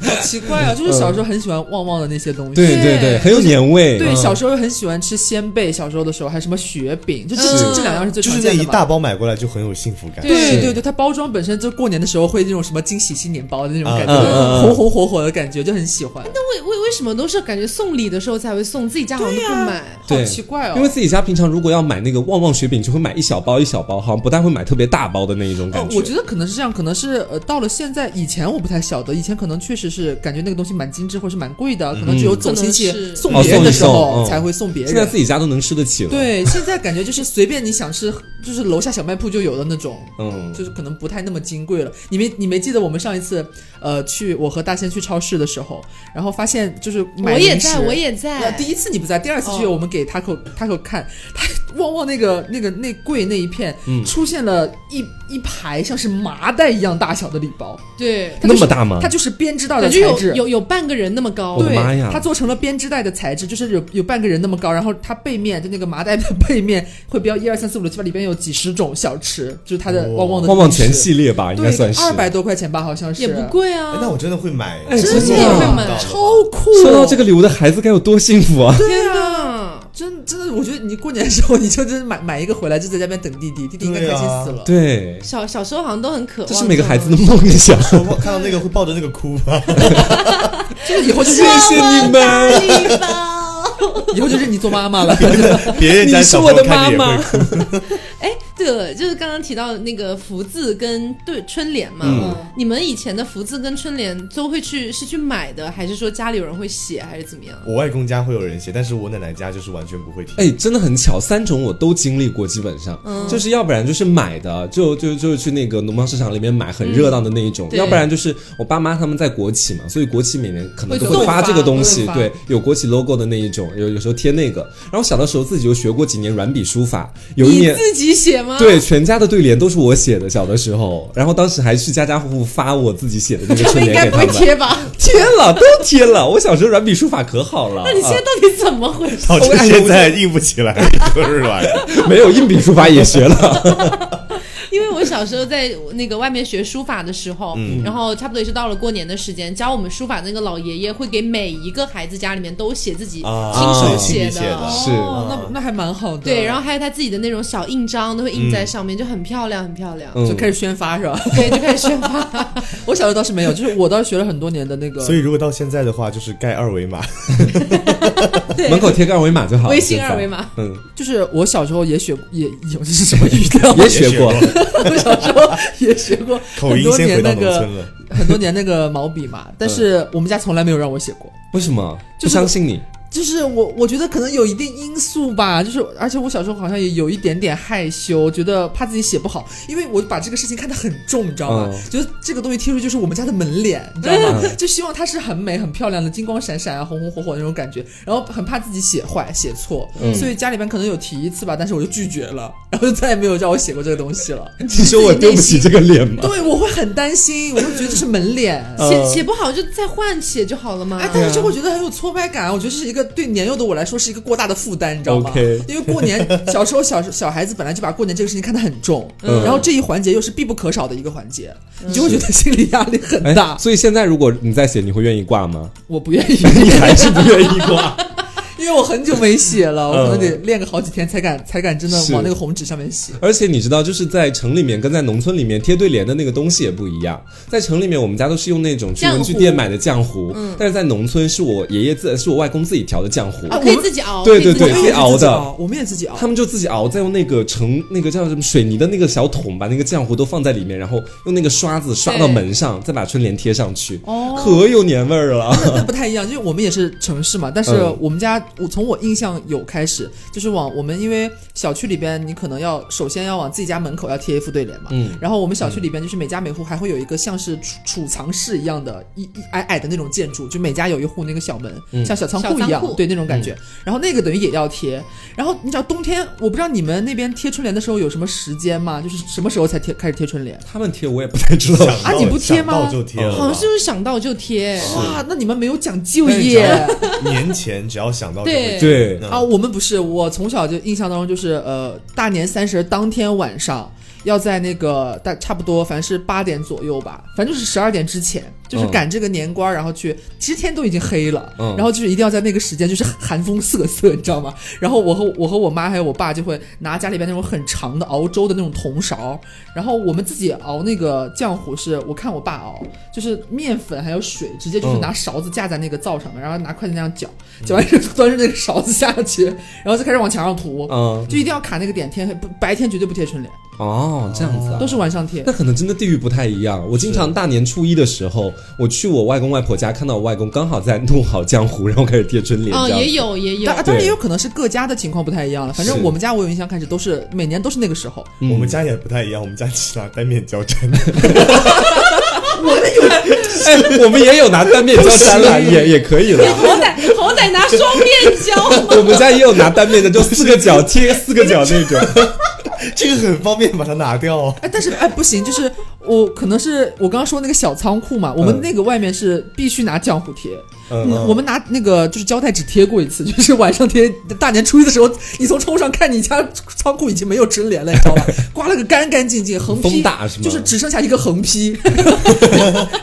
好奇怪啊，就是小时候很喜欢旺旺的那些东西。
嗯对对对，很有年味。
对，
嗯
小时候很喜欢吃鲜贝，小时候的时候还有什么雪饼，就这这
嗯
这两样是最
就是
常
那
见
一
的
大
吧。
包买过来就很有幸福感。
对
是
对对，它包装本身就过年的时候会那种什么惊喜新年包的那种感
嗯嗯嗯
觉，红红火火的感觉，就很喜欢。
那为为为什么都是感觉送礼的时候才会送，自己家好像都不买？
好
对
奇怪哦，
因为自己家平常如果要买那个旺旺雪饼，就会买一小包一小包，好像不太会买特别大包的那一种
哦
感，觉。
我觉得可能是这样，可能是呃，到了现在以前我不太晓得，以前可能确实是感觉那个东西蛮精致或是蛮贵的，
嗯
可能只有走亲戚
可能是
送
哦
别人的时
送一送
候
嗯
才会送别
现在
人。
自己家都能吃得起了。，
对，现在感觉就是随便你想吃，就是楼下小卖铺就有的那种。
嗯，
就是可能不太那么金贵了。你没你没记得我们上一次，呃，去我和大仙去超市的时候，然后发现就是买
我也
零食
在，我也
呃
在。
第一次你不在，第二次去
哦
我们给 Taco、Taco 看，他旺旺那个那个那柜那一片、
嗯
出现了一一排像是麻袋一样大小的礼包，
对，
它就
那
是
么大吗
它就是编织袋的
感
材
觉有
质。
有有半个人那么高。
我的
对
妈哎呀，
它做成了编织袋的材质，就是有有半个人那么高，然后它背面就那个麻袋的背面会标一二三四五六七八，里边有几十种小吃，就是它的旺旺的
哦旺旺
零食
全系列吧，应该
对
算，是。
二百多块钱吧，好像是，
也不贵啊
哎，那我真的会买，
哎
真的
没有
会
想
买
到的
超酷、哦
收到这，个礼物的孩子该有多幸福啊！
天哪！
真真的，我觉得你过年的时候，你就真的买买一个回来，就在家边等弟弟，弟弟应该开
啊
心死了。
对，
小小时候好像都很渴望
这
种，
是每个孩子的梦想。
我看到那个会抱着那个哭 吧，
就是以后就是
谢谢你们，
礼包。
以后就是你做妈妈了。
啊
别人家
你是
小
我
朋友
的
看
妈
你也会
妈
哭。。
哎，对了，就是刚刚提到那个福字跟对春联嘛，
嗯
你们以前的福字跟春联都会去是去买的，还是说家里有人会写，还是怎么样？
我外公家会有人写，但是我奶奶家就是完全不会提。
哎，真的很巧，三种我都经历过，基本上，
嗯
就是要不然就是买的，就就就去那个农贸市场里面买很热闹的那一种，
对
要不然就是我爸妈他们在国企嘛，所以国企每年可能都
会
会
送
发
发
这个东西
会，发
对，有国企 logo 的那一种，有有时候贴那个。然后小的时候自己又学过几年软笔书法，有一
你
年。
自己写吗？
对，全家的对联都是我写的，小的时候，然后当时还去家家户户发我自己写的那个
他们
春
应
联 给
该不
他
会
们，
贴吧？
贴了，都贴了。我小时候软笔书法可好了，
那你现在到底怎么回事？
导致
哎
现在硬不起来，都是软的。
啊没有硬笔书法也学 了，
因为我小时候在那个外面学书法的时候，
嗯
然后差不多也是到了过年的时间，教我们书法那个老爷爷会给每一个孩子家里面都写自己
啊
亲手写
亲笔写的
哦
是
哦，那那还蛮好的。
对，然后还有他自己的那种小印章都会印
嗯
在上面，就很漂亮，很漂亮。
嗯
就开始宣发是吧？
对，就开始宣发。
我小时候倒是没有，就是我倒是学了很多年的那个。
所以如果到现在的话，就是盖二维 码，
对，
门口贴个二维码就好了。
微信
现在
二维码，
嗯，
就是我小时候也学 也有这是什么语调？
也学过。
我小时候也学过
口
很
音
多
先
年
回到
那
农村
个
了。
很多年那个毛笔嘛，但是我们家从来没有让我写过。
为什么
就
不
是
相信你？
就是我，我觉得可能有一定因素吧，就是而且我小时候好像也有一点点害羞，觉得怕自己写不好，因为我把这个事情看得很重，你知道吗？
嗯
觉得这个东西贴出去就是我们家的门脸，你知道吗？
嗯
就希望它是很美、很漂亮的，金光闪闪啊，红红火火那种感觉，然后很怕自己写坏、写错，
嗯
所以家里面可能有提一次吧，但是我就拒绝了，然后就再也没有让我写过这个东西了。
你说我丢不起这个脸吗？
对，我会很担心，我会觉得这是门脸。
写写不好就再换写就好了嘛
哎。，
啊
但是就会觉得很有挫败感。我觉得这是一个对年幼的我来说是一个过大的负担，你知道吗
OK
因为过 年小时候小小孩子本来就把过年这个事情看得很重，
嗯
然后这一环节又是必不可少的一个环节，你就会觉得心理压力很
哎
大。
所以现在如果你再写，你会愿意挂吗？
我不 愿意，
你还是不愿意挂。
因为我很久没写了，我可
嗯
能得练个好几天才敢才敢真的
是
往那个红纸上面写。
而且你知道，就是在城里面跟在农村里面贴对联的那个东西也不一样。在城里面，我们家都是用那种去
浆糊
文具店买的浆糊，但是在农村是我爷爷自是我外公自己调的浆糊。
啊，可以自己熬。
对
可以自己
对
我
对
们
熬
也
自己熬
自己
的
哦熬，我们也自己熬
他。们就自己熬，再用那个盛那个叫什么水泥的那个小桶，把那个浆糊都放在里面，然后用那个刷子刷到
对
门上，再把春联贴上去，
哦
可有年味儿了。
那不太一样，因为我们也是城市嘛，但是
嗯
我们家，我从我印象有开始，就是往我们因为小区里边，你可能要首先要往自己家门口要贴一副对联嘛，
嗯
然后我们小区里边就是每家每户还会有一个像是储储藏室一样的一一矮矮的那种建筑，就每家有一户那个小门，
嗯
像小仓库一
小仓
样
库，
对那种感觉，然后那个等于也要贴，然后你知道冬天，我不知道你们那边贴春联的时候有什么时间吗？就是什么时候才贴开始贴春联？
他们贴我也不太知 道。
想到
你不贴吗
想到就啊贴哦了吧，
好像是不是想到就贴？
哇，那你们没有讲究
但是
耶！
年前只要想到就
对
会
对，
嗯
啊，我们不是，我从小就印象当中就是，呃，大年三十当天晚上要在那个大差不多，反正是八点左右吧，反正就是十二点之前，就是
嗯
赶这个年关儿，然后去，其实天都已经黑了，
嗯
然后就是一定要在那个时间，就是寒风瑟瑟，你知道吗？然后我和我和我妈还有我爸就会拿家里边那种很长的熬粥的那种铜勺，然后我们自己熬那个浆糊是，我看我爸熬，就是面粉还有水，直接就是
嗯
拿勺子架在那个灶上面，然后拿筷子那样搅，搅完之后端着那个勺子下去，然后就开始往墙上涂，
嗯，
就一定要卡那个点，天黑不白天绝对不贴春联，
哦，这样子啊，
都是晚上贴
那。可能真的地域不太一样。我经常大年初一的时候，我去我外公外婆家，看到我外公刚好在弄好浆糊，然后开始贴春联。
哦，
这样
也有也有
当。当然
对
也有可能是各家的情况不太一样了，反正
是
我们家我有印象开始都是每年都是那个时候，
嗯
我们家也不太一样，我们家是拿单面胶粘，
哎，我们也有拿单面胶粘了，也也可以了。
好歹好歹拿双面 胶。
我们家也有拿单面的，就四个角贴四个角那种。
这个很方便把它拿掉哦。
哎，但是哎不行，就是我我可能是我刚刚说那个小仓库嘛，我们
嗯
那个外面是必须拿浆糊贴，
嗯
嗯我们拿那个就是胶带纸贴过一次，就是晚上贴，大年初一的时候，你从窗户上看你家仓库已经没有真帘了，你知道吧？刮了个干干净净，横批
风大是吗
就是只剩下一个横批，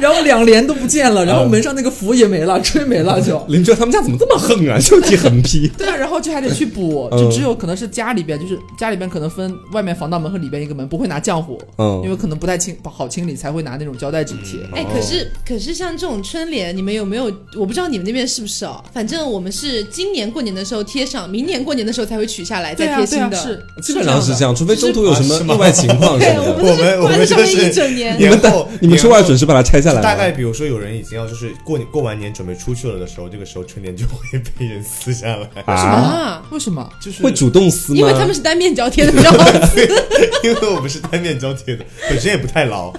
然后两帘都不见了，
嗯
然后门上那个符也没了，吹没了就。。
林哲他们家怎么这么横啊？就提横批
对啊，然后就还得去补，
嗯
就只有可能是家里边，就是家里边可能分外面防盗门和里边一个门，不会拿浆糊，
嗯
因为可能不太清不好清理，才会拿那种胶带纸贴。
哎，可是可是像这种春联，你们有没有？我不知道你们那边是不是哦。反正我们是今年过年的时候贴上，明年过年的时候才会取下来，
对
再
啊，
贴
对
新
啊，
的。
是
基本上是这
样。
样，除非中途有什
啊是
么
吗
意外情况什
对，
么
我
的。
们
我们
是挂在上
我们这
面
个是
一整年。
你们
年
等
后
你们出外准是把它拆下来吗？
大概比如说有人已经要就是过过完年准备出去了的时候，这个时候春联就会被人撕下来，
啊，
啊，
为什么？
就是
会主动撕吗？
因为他们是单面胶贴的，比较好撕。
因为我们是单面胶贴的，本身也不太牢，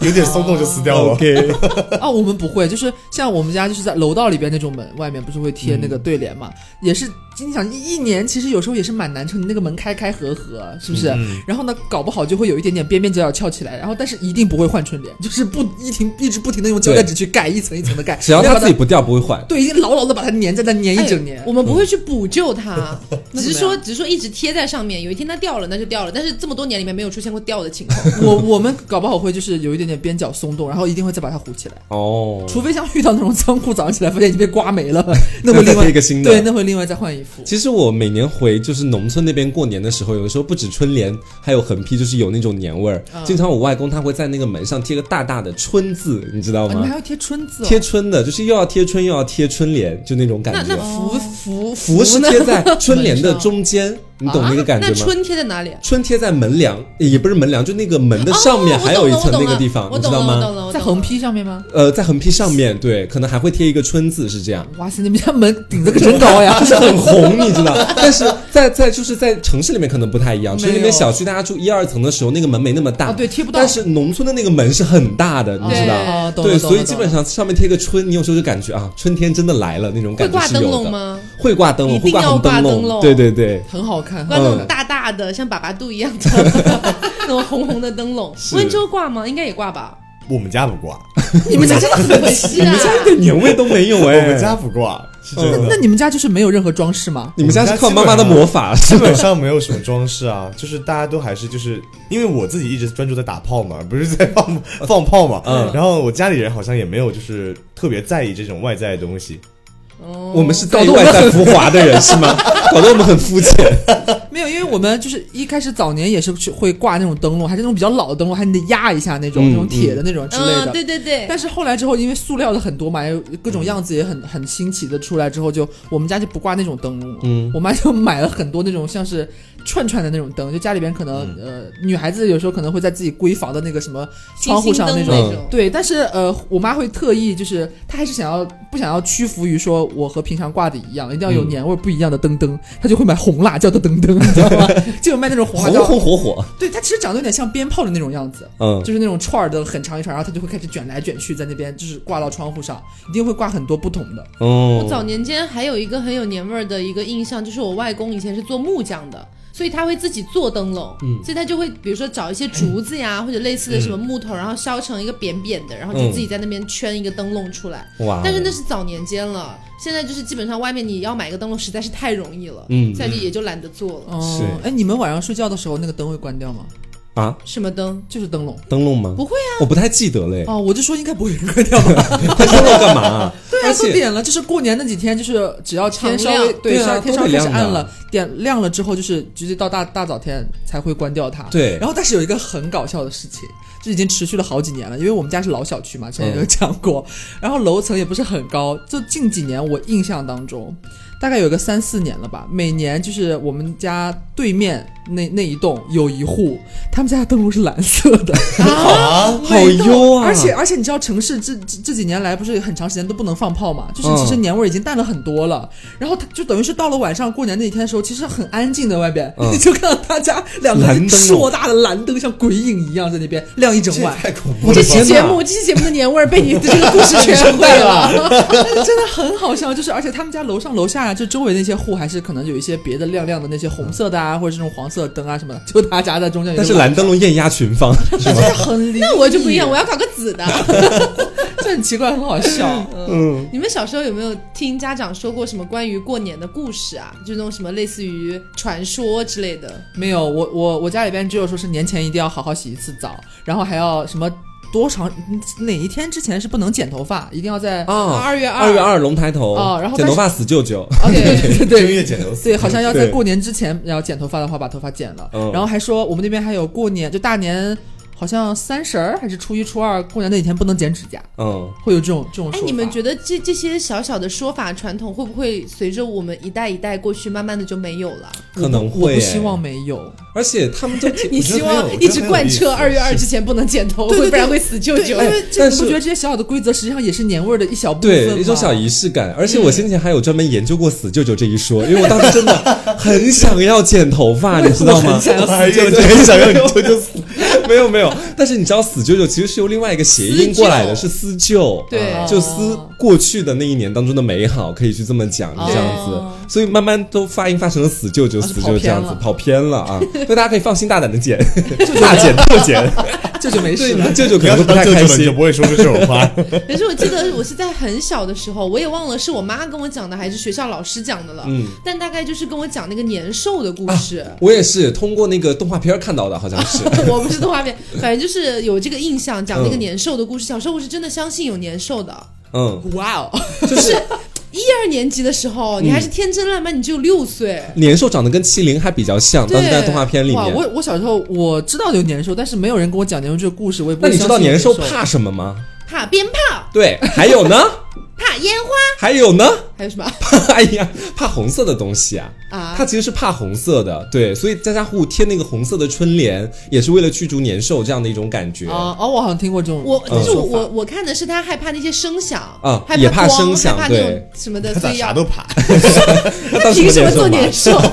有点松动就撕掉了。
啊哦 OK，
啊，我们不会，就是像我们家就是在楼道里边那种门，外面不是会贴那个对联
嗯
嘛，也是经常一一年，其实有时候也是蛮难撑，你那个门开开合合，是不是？
嗯
然后呢，搞不好就会有一点点边边角角翘起来，然后但是一定不会换春联，就是不一停一直不停的用胶带纸去盖，一层一层的盖，
只要
然
他
后
自己不掉，不会坏
把它。对，已经牢牢的把它粘在那粘一整年。
哎我们不会去补救它，只是
那怎么
说
样
只是说一直贴在上面。有一天它掉了，那就掉了。但是这么多年里面没有出现过掉的情况。
我我们搞不好会就是有一点点边角松动，然后一定会再把它糊起来，
哦，
除非像遇到那种仓库早上起来发现已经被刮没了， 那会
再
另外
贴一个新的
对，那会另外再换一副。
其实我每年回就是农村那边过年的时候，有的时候不止春联，还有横批，就是有那种年味儿。
嗯
经常我外公他会在那个门上贴个大大的“春”字，你知道
啊你们还
吗？
要贴春字、哦？
贴春的，就是又要贴春又要贴春联，就那种感
那那哦
觉。
福福
福是
呢
贴在春联的中间，你懂那个感觉
那
吗？
春贴在哪里啊？
春贴在门梁，也不是门梁，就那个门的上面
哦我
还有一层
懂了
那个地方，
哦我
你知
懂
道
了我懂了我懂
吗？
了，我懂了
在横。批上面吗？
呃，在横批上面，对，可能还会贴一个“春”字，是这样。
哇塞，你们家门顶子可真高 呀！
就是 很红，你知道。但是在在就是在城市里面可能不太一样，
没有
城市里面小区大家住一二层的时候，那个门没那么大，
啊对贴不到
但是农村的那个门是很大的，你知道。
哦，懂了
对，
懂了
所以
懂
基
了
本上上面贴个春，你有时候就感觉啊，春天真的来了那种
会
感觉
挂
是
灯
有
笼
的。
吗？
会挂灯笼，
一
会
定
挂
要
红
挂
笼，
灯笼
对对对，
很好看。
挂那种
嗯
大大的，像粑粑肚 一样的那种红红的灯笼。温州挂吗？应该也挂吧。
我们家不挂，
嗯
你们家真的很
可惜
你
啊
们，家一点年味都没有
我
哎。
们家不挂，是真
嗯
的。
那你们家就是没有任何装饰吗？
你们家是靠妈妈的魔法是
基
吧
本？上没有什么装饰啊， 就是大家都还是就是，因为我自己一直专注在打炮嘛，不是在放放炮嘛，
嗯
然后我家里人好像也没有就是特别在意这种外在的东西，
哦
我们是在意外在浮华的人是吗？搞得我们很肤浅。
没有，因为我们就是一开始早年也是去会挂那种灯笼，还是那种比较老的灯笼，还你得压一下那种、
嗯
那种铁的那种之类的。
嗯，对对对。
但是后来之后，因为塑料的很多嘛，还有各种样子也很很新奇的出来之后就，我们家就不挂那种灯笼了。
嗯
我妈就买了很多那种像是串串的那种灯，就家里边可能、
嗯
呃女孩子有时候可能会在自己闺房的那个什么窗户上那
星
种
星。灯
嗯
种
对，但是呃，我妈会特意就是，她还是想要不想要屈服于说我和平常挂的一样，一定要有
嗯
年味儿不一样的灯灯，她就会买红辣椒的灯灯，你知道吗？ 就有卖那种红辣
红
椒，
红火火，
对，它其实长得有点像鞭炮的那种样子，
嗯，
就是那种串儿的很长一串，然后它就会开始卷来卷去，在那边就是挂到窗户上，一定会挂很多不同的。
哦，
我早年间还有一个很有年味儿的一个印象，就是我外公以前是做木匠的。所以他会自己做灯笼，
嗯
所以他就会比如说找一些竹子呀，或者类似的什么木头，然后削成一个扁扁的，然后就
嗯
自己在那边圈一个灯笼出来。
哇哦，
但是那是早年间了，现在就是基本上外面你要买个灯笼实在是太容易了，
嗯
现在就也就懒得做了。
哦
是，
哎，你们晚上睡觉的时候那个灯会关掉吗？
啊，
什么灯？
就是灯笼。
灯笼吗？
不会
我不太记得嘞。
啊哦，我就说应该不会有人关掉吧。
他灯笼干嘛啊？
对啊，
而
都
且
点了，就是过年那几天，就是只要天稍
常
微
亮
对
对啊
稍微天
都
稍微
得
开始
亮的
暗了，点亮了之后，就是直接到大大早天才会关掉它。
对
然后但是有一个很搞笑的事情，就已经持续了好几年了，因为我们家是老小区嘛，之前
嗯
有讲过，然后楼层也不是很高，就近几年我印象当中。大概有个三四年了吧，每年就是我们家对面那那一栋有一户，他们家的灯笼是蓝色的，
啊，
好优啊！
而且而且你知道，城市这这这几年来不是很长时间都不能放炮嘛，就是其实
嗯
年味儿已经淡了很多了。然后它就等于是到了晚上过年那一天的时候，其实很安静的外边，
嗯
你就看到大家两
蓝
个
灯笼
硕大的蓝灯像鬼影一样在那边亮一整
这 也
晚，
太恐怖
我
这
的
期
天
节
哪！
目，这期节目的年味 儿被你的这个故事全毁了。
但是真的很好笑。就是而且他们家楼上楼下啊，就周围那些户还是可能有一些别的亮亮的那些红色的啊，或者这种黄色灯啊什么的，就他家在中间有一
嗯但
个
是
晚
蓝灯笼艳压群芳，是吗？
上， 很离，
那我就不一样，我要搞个紫的。
这很奇怪，很好笑。
嗯，
你们小时候有没有听家长说过什么关于过年的故事啊？就那种什么类似于传说之类的。
没有，我我我家里边只有说是年前一定要好好洗一次澡，然后还要什么多长哪一天之前是不能剪头发，一定要在
啊，
月二，
二月，二龙抬头，
哦然后
剪
但是
头发死舅舅，
啊对对对
正
对
月剪头丝
对，好像要在
对
过年之前要剪头发的话，把头发剪了。
嗯
然后还说我们那边还有过年就大年，好像三十儿还是初一初二过年那几天不能剪指甲，
嗯，
会有这种这种
哎
说，法。
你们觉得这这些小小的说法传统会不会随着我们一代一代过去，慢慢的就没有了？
可能
我
会，
不希望没有。
而且他们都挺，
你
我觉得
希
很有
望一直贯
我觉
彻
得
二
很有意
月
思
二之前不能剪头，
对对
会 不然会死舅舅。
因为这
但
你
是
不觉得这些小小的规则实际上也是年味儿的一小部分吗？
对一种小仪式感，而且我先前还有专门研究过死舅舅这一说，因为我当时真的很想要剪头发，你知道吗？
哎呦，就很想让你舅舅死。
没有没有，但是你知道死舅舅其实是由另外一个谐音过来的，
思
是思旧，
对
啊就思过去的那一年当中的美好，可以去这么讲，
哦
这样子，所以慢慢都发音发成了死舅舅，
啊是
死舅舅这样子跑
跑
偏了啊，所以大家可以放心大胆的剪，大剪特剪，
这就没
对，
事
你
了
的。舅舅可
你要
能
是
会不
当
太
舅舅
开
了，你就
心，
不会说出这 种话。
可是我记得我是在很小的时候，我也忘了是我妈跟我讲的还是学校老师讲的了。
嗯。啊
但大概就是跟我讲那个年兽的故事，
我也是通过那个动画片儿看到的，好像是。
我不是动画片，反正就是有这个印象，讲那个
嗯
年兽的故事。小时候我是真的相信有年兽的。
嗯，
哇哦，
一二年级的时候，你还是天真烂漫，你只有六岁。
年兽长得跟麒麟还比较像，
对
当时在动画片里
哇！
面。
我我小时候我知道有年兽，但是没有人跟我讲年兽这个故事，我也不
那
会
你知道
相信有
年
年
兽怕什么吗？
怕鞭炮，
对，还有呢？
怕烟花，
还有呢？
还有什么
哎呀，怕红色的东西啊。
啊
它？其实是怕红色的，对，所以家家户户贴那个红色的春联，也是为了驱逐年兽这样的一种感觉。
啊！哦，我好像听过这种
我
这
但
种
是我
说法
我我看的是他害怕那些声响
嗯啊
害
也
怕
怕
光，
声响
害怕那种
对
什么的，
他
所
咋
以要
啥都爬？
他当
凭什么做
嘛
年兽？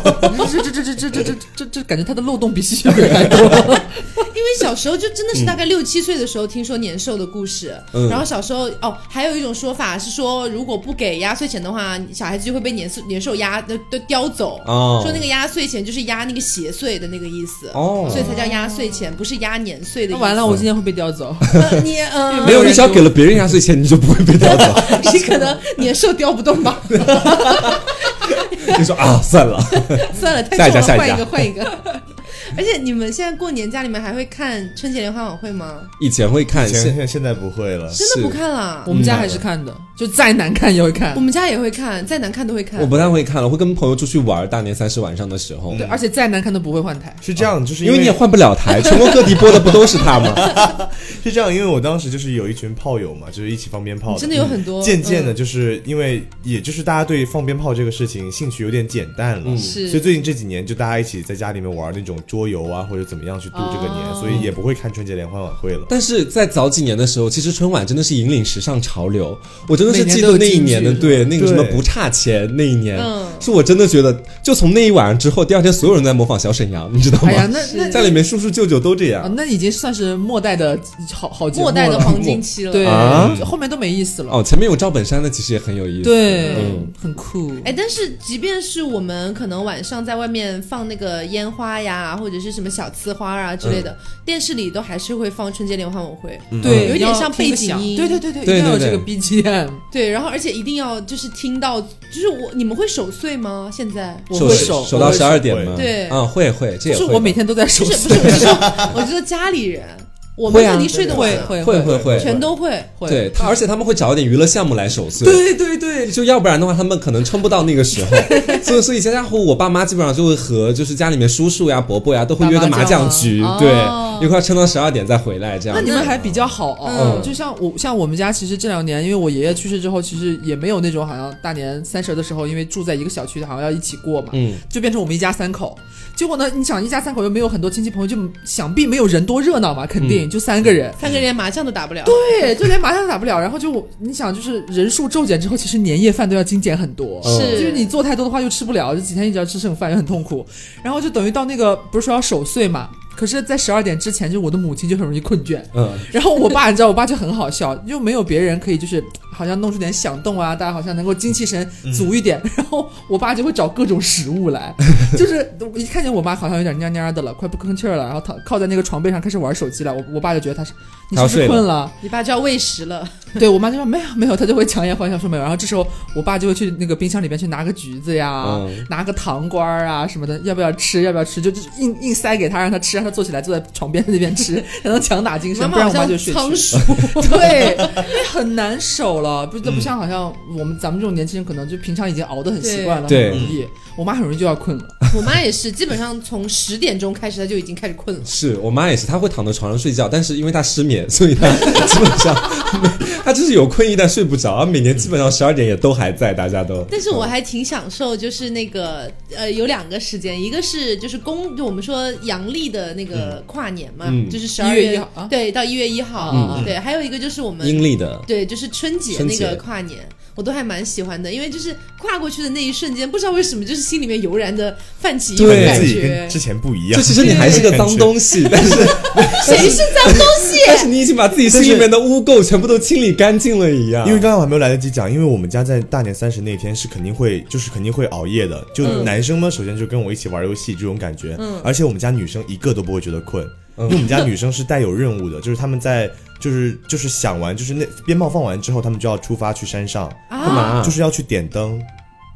这这这这这这这这这感觉它的漏洞比吸血鬼还 多。
因为小时候就真的是大概六七岁的时候听说年兽的故事，
嗯
然后小时候哦，还有一种说法是说，如果不给压岁钱的话，小孩子就会被年兽年兽压呃都都叼走。
哦
说那个压岁钱就是压那个邪祟的那个意思，
哦
所以才叫压岁钱，不是压年岁的意
那
思。
完了，我今天会被叼走。
嗯
呃你呃，
没有，你只要给了别人压岁钱，你就不会被叼走。
你可能年兽叼不动吧？
你说啊， 算了，
算了，太
下一
重
家下一
了，换一
家
个，换一个。 而且你们现在过年家里面还会看春节联欢晚会吗？
以前会看，
现
现
在现在不会了。
真的不
是
看了
我，们家还
嗯
是看的，就再难看也会看
我。们家也会看，再难看都会看。
我不太会看了，会跟朋友出去玩，大年三十晚上的时候，
对，而且再难看都不会换台。
是这样，就是
哦因为你也换不了 台，全国各地播的不都是他吗？
是这样，因为我当时就是有一群炮友嘛，就是一起放鞭
哦
炮
真的有很多。
渐渐
嗯
的，就是因为也就是大家对放鞭炮这个事情兴趣有点减淡了，
是
所以最近这几年就大家一起在家里面玩那种桌游啊，或者怎么样去度这个年，所以也不会看春节联欢晚会了。
但是在早几年的时候，其实春晚真的是引领时尚潮流。我真的是
每年
记
都有
得那一年的，
金句
对那个什么
对
不差钱那一年，
嗯
是我真的觉得，就从那一晚上之后，第二天所有人都在模仿小沈阳，你知道吗？
哎呀，那那
在里面叔叔舅舅都这
啊，
样。
那已经算是末代的好好节目
末
了
代 的黄金期了。
对
啊，
后面都没意思了。
哦，前面有赵本山的，其实也很有意思。
对
嗯，
很酷。
哎，但是即便是我们可能晚上在外面放那个烟花呀，或者是什么小呲花啊之类的，
嗯
电视里都还是会放春节联欢晚会。
对，
有一点
要
像
听个
背景
响
音
嗯对对对对，一
对
定要有
对
这个
对
BGM。
对，然后而且一定要就是听到，就是我你们会守岁吗？现在
我
守
会
时
守
守
我
到
会
十二点
守
吗？
对
啊，会会，这
就
也
是
会的。
我每天都在守
不是
岁
不是，我是说我是说家里人，我们
会啊
肯定睡 得晚
会
啊，
会
会
会
会会，
全都会。
会啊
对他，而且他们会找一点娱乐项目来守岁。
对对对，
就要不然的话，他们可能撑不到那个 时候，所以所以家家户户，我爸妈基本上就会和就是家里面叔叔呀、伯伯呀都会约个麻将局，
打麻将
对，
哦
一块儿撑到十二点再回来这样
那
子。
你们还比较好哦，
嗯
就像我像我们家，其实这两年因为我爷爷去世之后，其实也没有那种好像大年三十的时候，因为住在一个小区，好像要一起过嘛，
嗯，
就变成我们一家三口。结果呢，你想一家三口又没有很多亲戚朋友，就想必没有人多热闹嘛，肯
嗯
定、就三个人。
三个人连麻将都打不了，
对，就连麻将都打不了，然后就我你想，就是人数骤减之后，其实年夜饭都要精简很多，
嗯
是
就是你做太多的话又吃不了，就几天一直要吃剩饭，也很痛苦。然后就等于到那个不是说要守岁嘛，可是，在十二点之前，就是我的母亲就很容易困倦。
嗯，
然后我爸，你知道，我爸就很好笑，就没有别人可以就是好像弄出点响动啊，大家好像能够精气神
嗯
足一点。然后我爸就会找各种食 物来，就是我一看见我妈好像有点蔫蔫的了，快不吭气儿了，然后躺靠在那个床背上开始玩手机了。我我爸就觉得他是你是不
他要
是
睡了
困了？
你爸就要喂食了，
对我妈就说没有没有，她就会强颜欢笑说没有。然后这时候我爸就会去那个冰箱里边去拿个橘子
啊
呀，
嗯
拿个糖瓜儿啊什么的，要不要吃？要不要吃？就就硬硬塞给他，让他吃，让他坐起来坐在床边那边吃， 才能强打精神，
妈
不
妈好
然我妈
像
就睡
仓
去。
鼠，
对，因为很难守了，不不像好像我们咱们这种年轻人，可能就平常已经熬得很习惯了，很
对
容易。我妈很容易就要困了，
我妈也是，基本上从十点钟开始，她就已经开始困了。
是我妈也是，她会躺在床上睡觉，但是因为她失眠，所以她基本上她就是有困意但睡不着，每年基本上十二点也都还在，大家都。
但是我还挺享受，就是那个呃，有两个时间，一个是就是公，就我们说阳历的那个跨年嘛，
嗯
就是十
1
二
月1号啊
对，到一月一号，啊
嗯嗯
对，还有一个就是我们
阴历的，
对，就是春节
春
那
节
个跨年，我都还蛮喜欢的，因为就是跨过去的那一瞬间，不知道为什么，就是心里面油然的泛起一种
对
感
自己
觉
跟，之前不一样
就。其实你还是个脏东西， 但是
谁是脏东西？
但是你已经把自己心里面的污垢全部都清理干净了一样。
因为刚刚我还没有来得及讲，因为我们家在大年三十那天是肯定会，就是肯定会熬夜的。就男生们，首先就跟我一起玩游戏这种感觉，而且我们家女生一个都不会觉得困，
嗯
因为我们家女生是带有任务的，就是他们在就是就是想完，就是那鞭炮放完之后，他们就要出发去山上，
啊
干嘛？
就是要去点灯，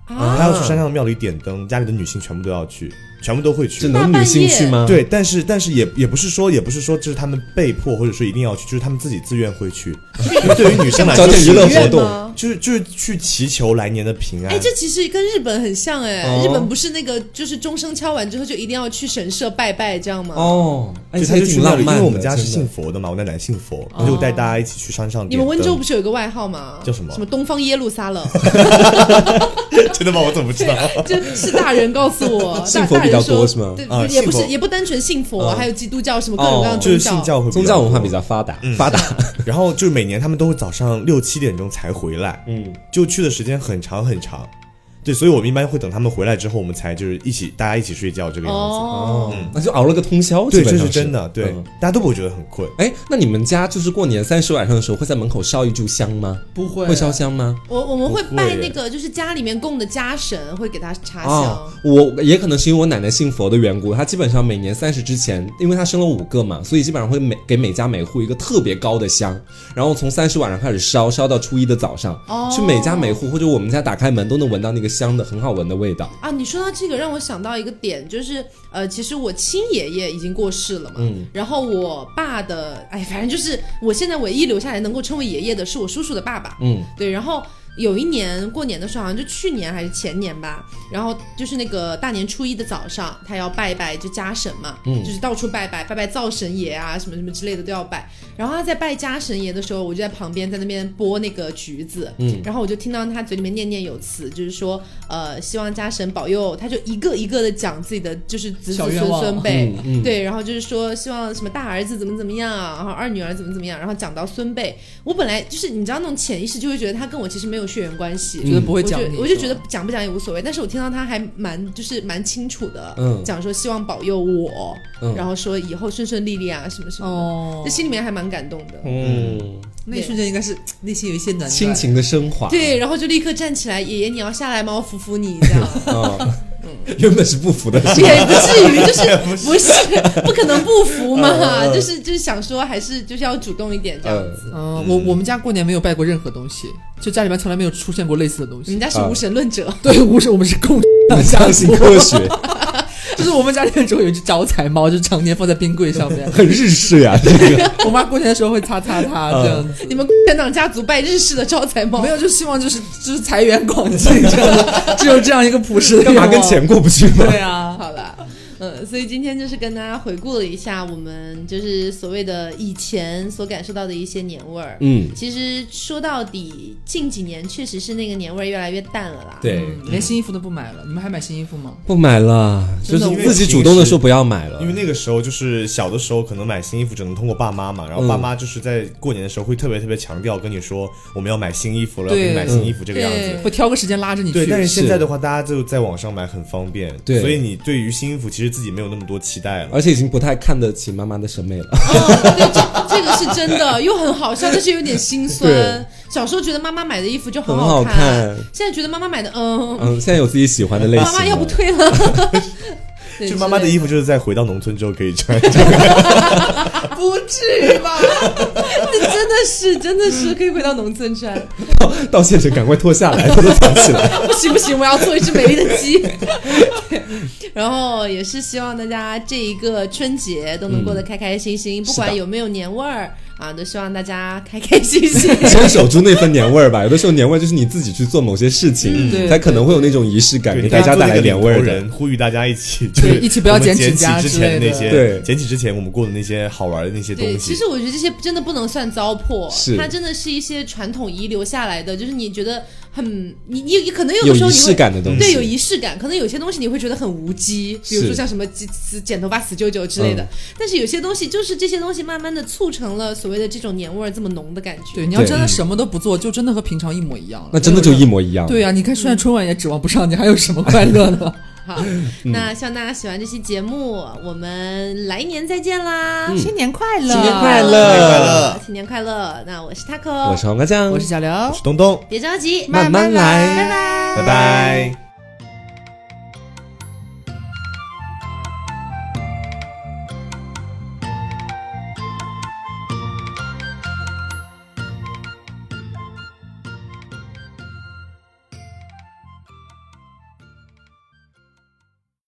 啊
她要去山上的庙里点灯，家里的女性全部都要去，全部都会去
只。能女性去吗？，
对，但是但是也也不是说也不是说就是他们被迫或者说一定要去，就是他们自己自愿会 去，因为对于女生来
找
说
点
是
娱乐
许
活
愿
动。
吗
就是就是去祈求来年的平安。
哎，这其实跟日本很像哎、
哦
日本不是那个就是钟声敲完之后就一定要去神社拜拜这样吗？
哦，哎，
就
这
他
还
就去
挺
那
浪
里，因
漫的。
为我们家是
真的
信佛的嘛，我奶奶信佛，他就带大家一起去山上
哦
点灯。
你们温州不是有一个外号吗？
叫什么
什么东方耶路撒冷？
真的吗？我怎么不知道？
啊就是大人告诉 我，
信
大
佛
大
比
人
较
说
多是吗
对
啊
也不是
信佛啊哦
也不单纯信佛，
嗯
还有基督教什么各种各样的
就是
宗
信教会
宗教文化比
较
较发达，
嗯
发达。
多，然后就是每年他们都会早上六七点钟才回来，
嗯，
就去的时间很长很长。对，所以我们一般会等他们回来之后，我们才就是一起大家一起睡觉这个样子。啊
哦，
那就熬了个通宵。
嗯对，
基
这
本上
是真的，对
嗯，
大家都不会觉得很困。
哎，那你们家就是过年三十晚上的时候会在门口烧一炷香吗？
不会
会烧香吗？
我我们会
不会
拜
耶啊
那个，就是家里面供的家神，会给他插
哦
香。，
我也可能是因为我奶奶信佛的缘故，她基本上每年三十之前，因为她生了五个嘛，所以基本上会每给每家每户一个特别高的香，然后从三十晚上开始烧，烧到初一的早上，
哦
去每家每户或者我们家打开门都能闻到那个香的很好闻的味道。
啊，你说到这个，让我想到一个点，就是呃，其实我亲爷爷已经过世了嘛，
嗯
然后我爸的，哎，反正就是我现在唯一留下来能够称为爷爷的是我叔叔的爸爸，
嗯，
对，然后。有一年过年的时候，好像就去年还是前年吧，然后就是那个大年初一的早上，他要拜拜就家神嘛，
嗯
就是到处拜拜，拜拜灶神爷啊，什么什么之类的都要拜。然后他在拜家神爷的时候，我就在旁边在那边剥那个橘子，
嗯
然后我就听到他嘴里面念念有词，就是说，呃，希望家神保佑，他就一个一个的讲自己的就是子子
小
孙
愿望
孙辈，
嗯嗯
对，然后就是说希望什么大儿子怎么怎么样啊，然后二女儿怎么怎么样，然后讲到孙辈，我本来就是你知道那种潜意识就会觉得他跟我其实没有血缘关系，
嗯
觉得嗯不会讲
我
你
就我就是觉
吧
得讲不讲也无所谓，但是我听到他还蛮就是蛮清楚的，
嗯
讲说希望保佑我，
嗯
然后说以后顺顺利利啊什么什么的，
哦
就，心里面还蛮感动的。
嗯，
那一瞬间应该是内心有一些暖暖。
亲情的升华。
对，然后就立刻站起来，爷爷你要下来吗？我扶扶你，这样
啊，原本是不服的，是吧
也不至于，就是不是不可能不服嘛，就是就是想说还是就是要主动一点这样子。
嗯，我我们家过年没有拜过任何东西，就家里面从来没有出现过类似的东
你们
西。
家
啊
是无神论者，
对，不是我们是共
不相信科学，。
就是我们家里面只会有一只招财猫，就常年放在冰柜上面
很日式 呀、这个
我妈过年的时候会擦擦它
嗯
这样子。哦
你们共产党家族拜日式的招财猫
没，有，就希望就是就是财源广进这样子，只有这样一个朴实 的
干
愿望
嘛跟钱过不去吗？
对啊，
好了，嗯，所以今天就是跟大家回顾了一下我们就是所谓的以前所感受到的一些年味儿。
嗯，
其实说到底，近几年确实是那个年味儿越来越淡了 啦。，
对，
嗯连新衣服都不买了。你们还买新衣服吗？
不买了，就
真
是
的因为
自己主动的说不要买了，
因为那个时候就是小的时候，可能买新衣服只能通过爸妈嘛，然后爸妈就是在过年的时候会特别特别强调跟你说我们要买新衣服了，要
对
给你买新衣服这个样
对
子。
会挑个时间拉着你去。
对，但是现
是
在的话，大家就在网上买很方便，
对
所以你对于新衣服其实自己己没有那么多期待了。
而且已经不太看得起妈妈的审美了。
哦，对，这这个是真的，又很好笑，但是有点心酸
对。
小时候觉得妈妈买的衣服就很
很好
看，
看
现在觉得妈妈买的，嗯，
嗯，现在有自己喜欢的类型
妈
了。
妈要不退了。 对
就妈妈的衣服，就是在回到农村之后可以穿。
不至于吧？
之类的真的是真的是可以回到农村穿。
到县城赶快脱下来，偷偷藏起 来。
不行不行，我要做一只美丽的 鸡。对，然后也是希望大家这一个春节都能过得开开心心，不管有没有年味儿啊，都希望大家开开心心。
先守住那份年味儿吧。有的时候年味儿就是你自己去做某些事
嗯
情，
对
才可能会有那种仪式感，
对
给大家带来
点
年味儿的。
人，呼吁大家一起，就是
一起不要
我们
剪
捡
指
起
甲
之
之
前
类
那
的
些，
对
捡起之前我们过的那些好玩的那些东
对，
西
其。实我觉得这些真的不能算糟粕，
是
它真的是一些传统遗留下来的，就是你觉得很你你你可能有
有
的时候
仪
你
式
会。
感的东西，
对，有仪式感，可能有些东西你会觉得很无稽，比如说
是
像什么剪剪头发死舅舅之类的。但是有些东西就是这些东西慢慢的促成了所谓的这种年味儿这么浓的感觉。
对，你要
对
真的什么都不做，就真的和平常一模一样了。
那真的就一模一样。
对呀、你看现在春晚也指望不上，你还有什么快乐呢？
好，那希望大家喜欢这期节目，我们来年再见啦！新
年快乐
新年
快
快
乐
乐！
新年快乐！那我是 Taco，
我是黄瓜酱
我，是小刘
我，是东东，
别着急，
慢慢来，
拜拜。
拜拜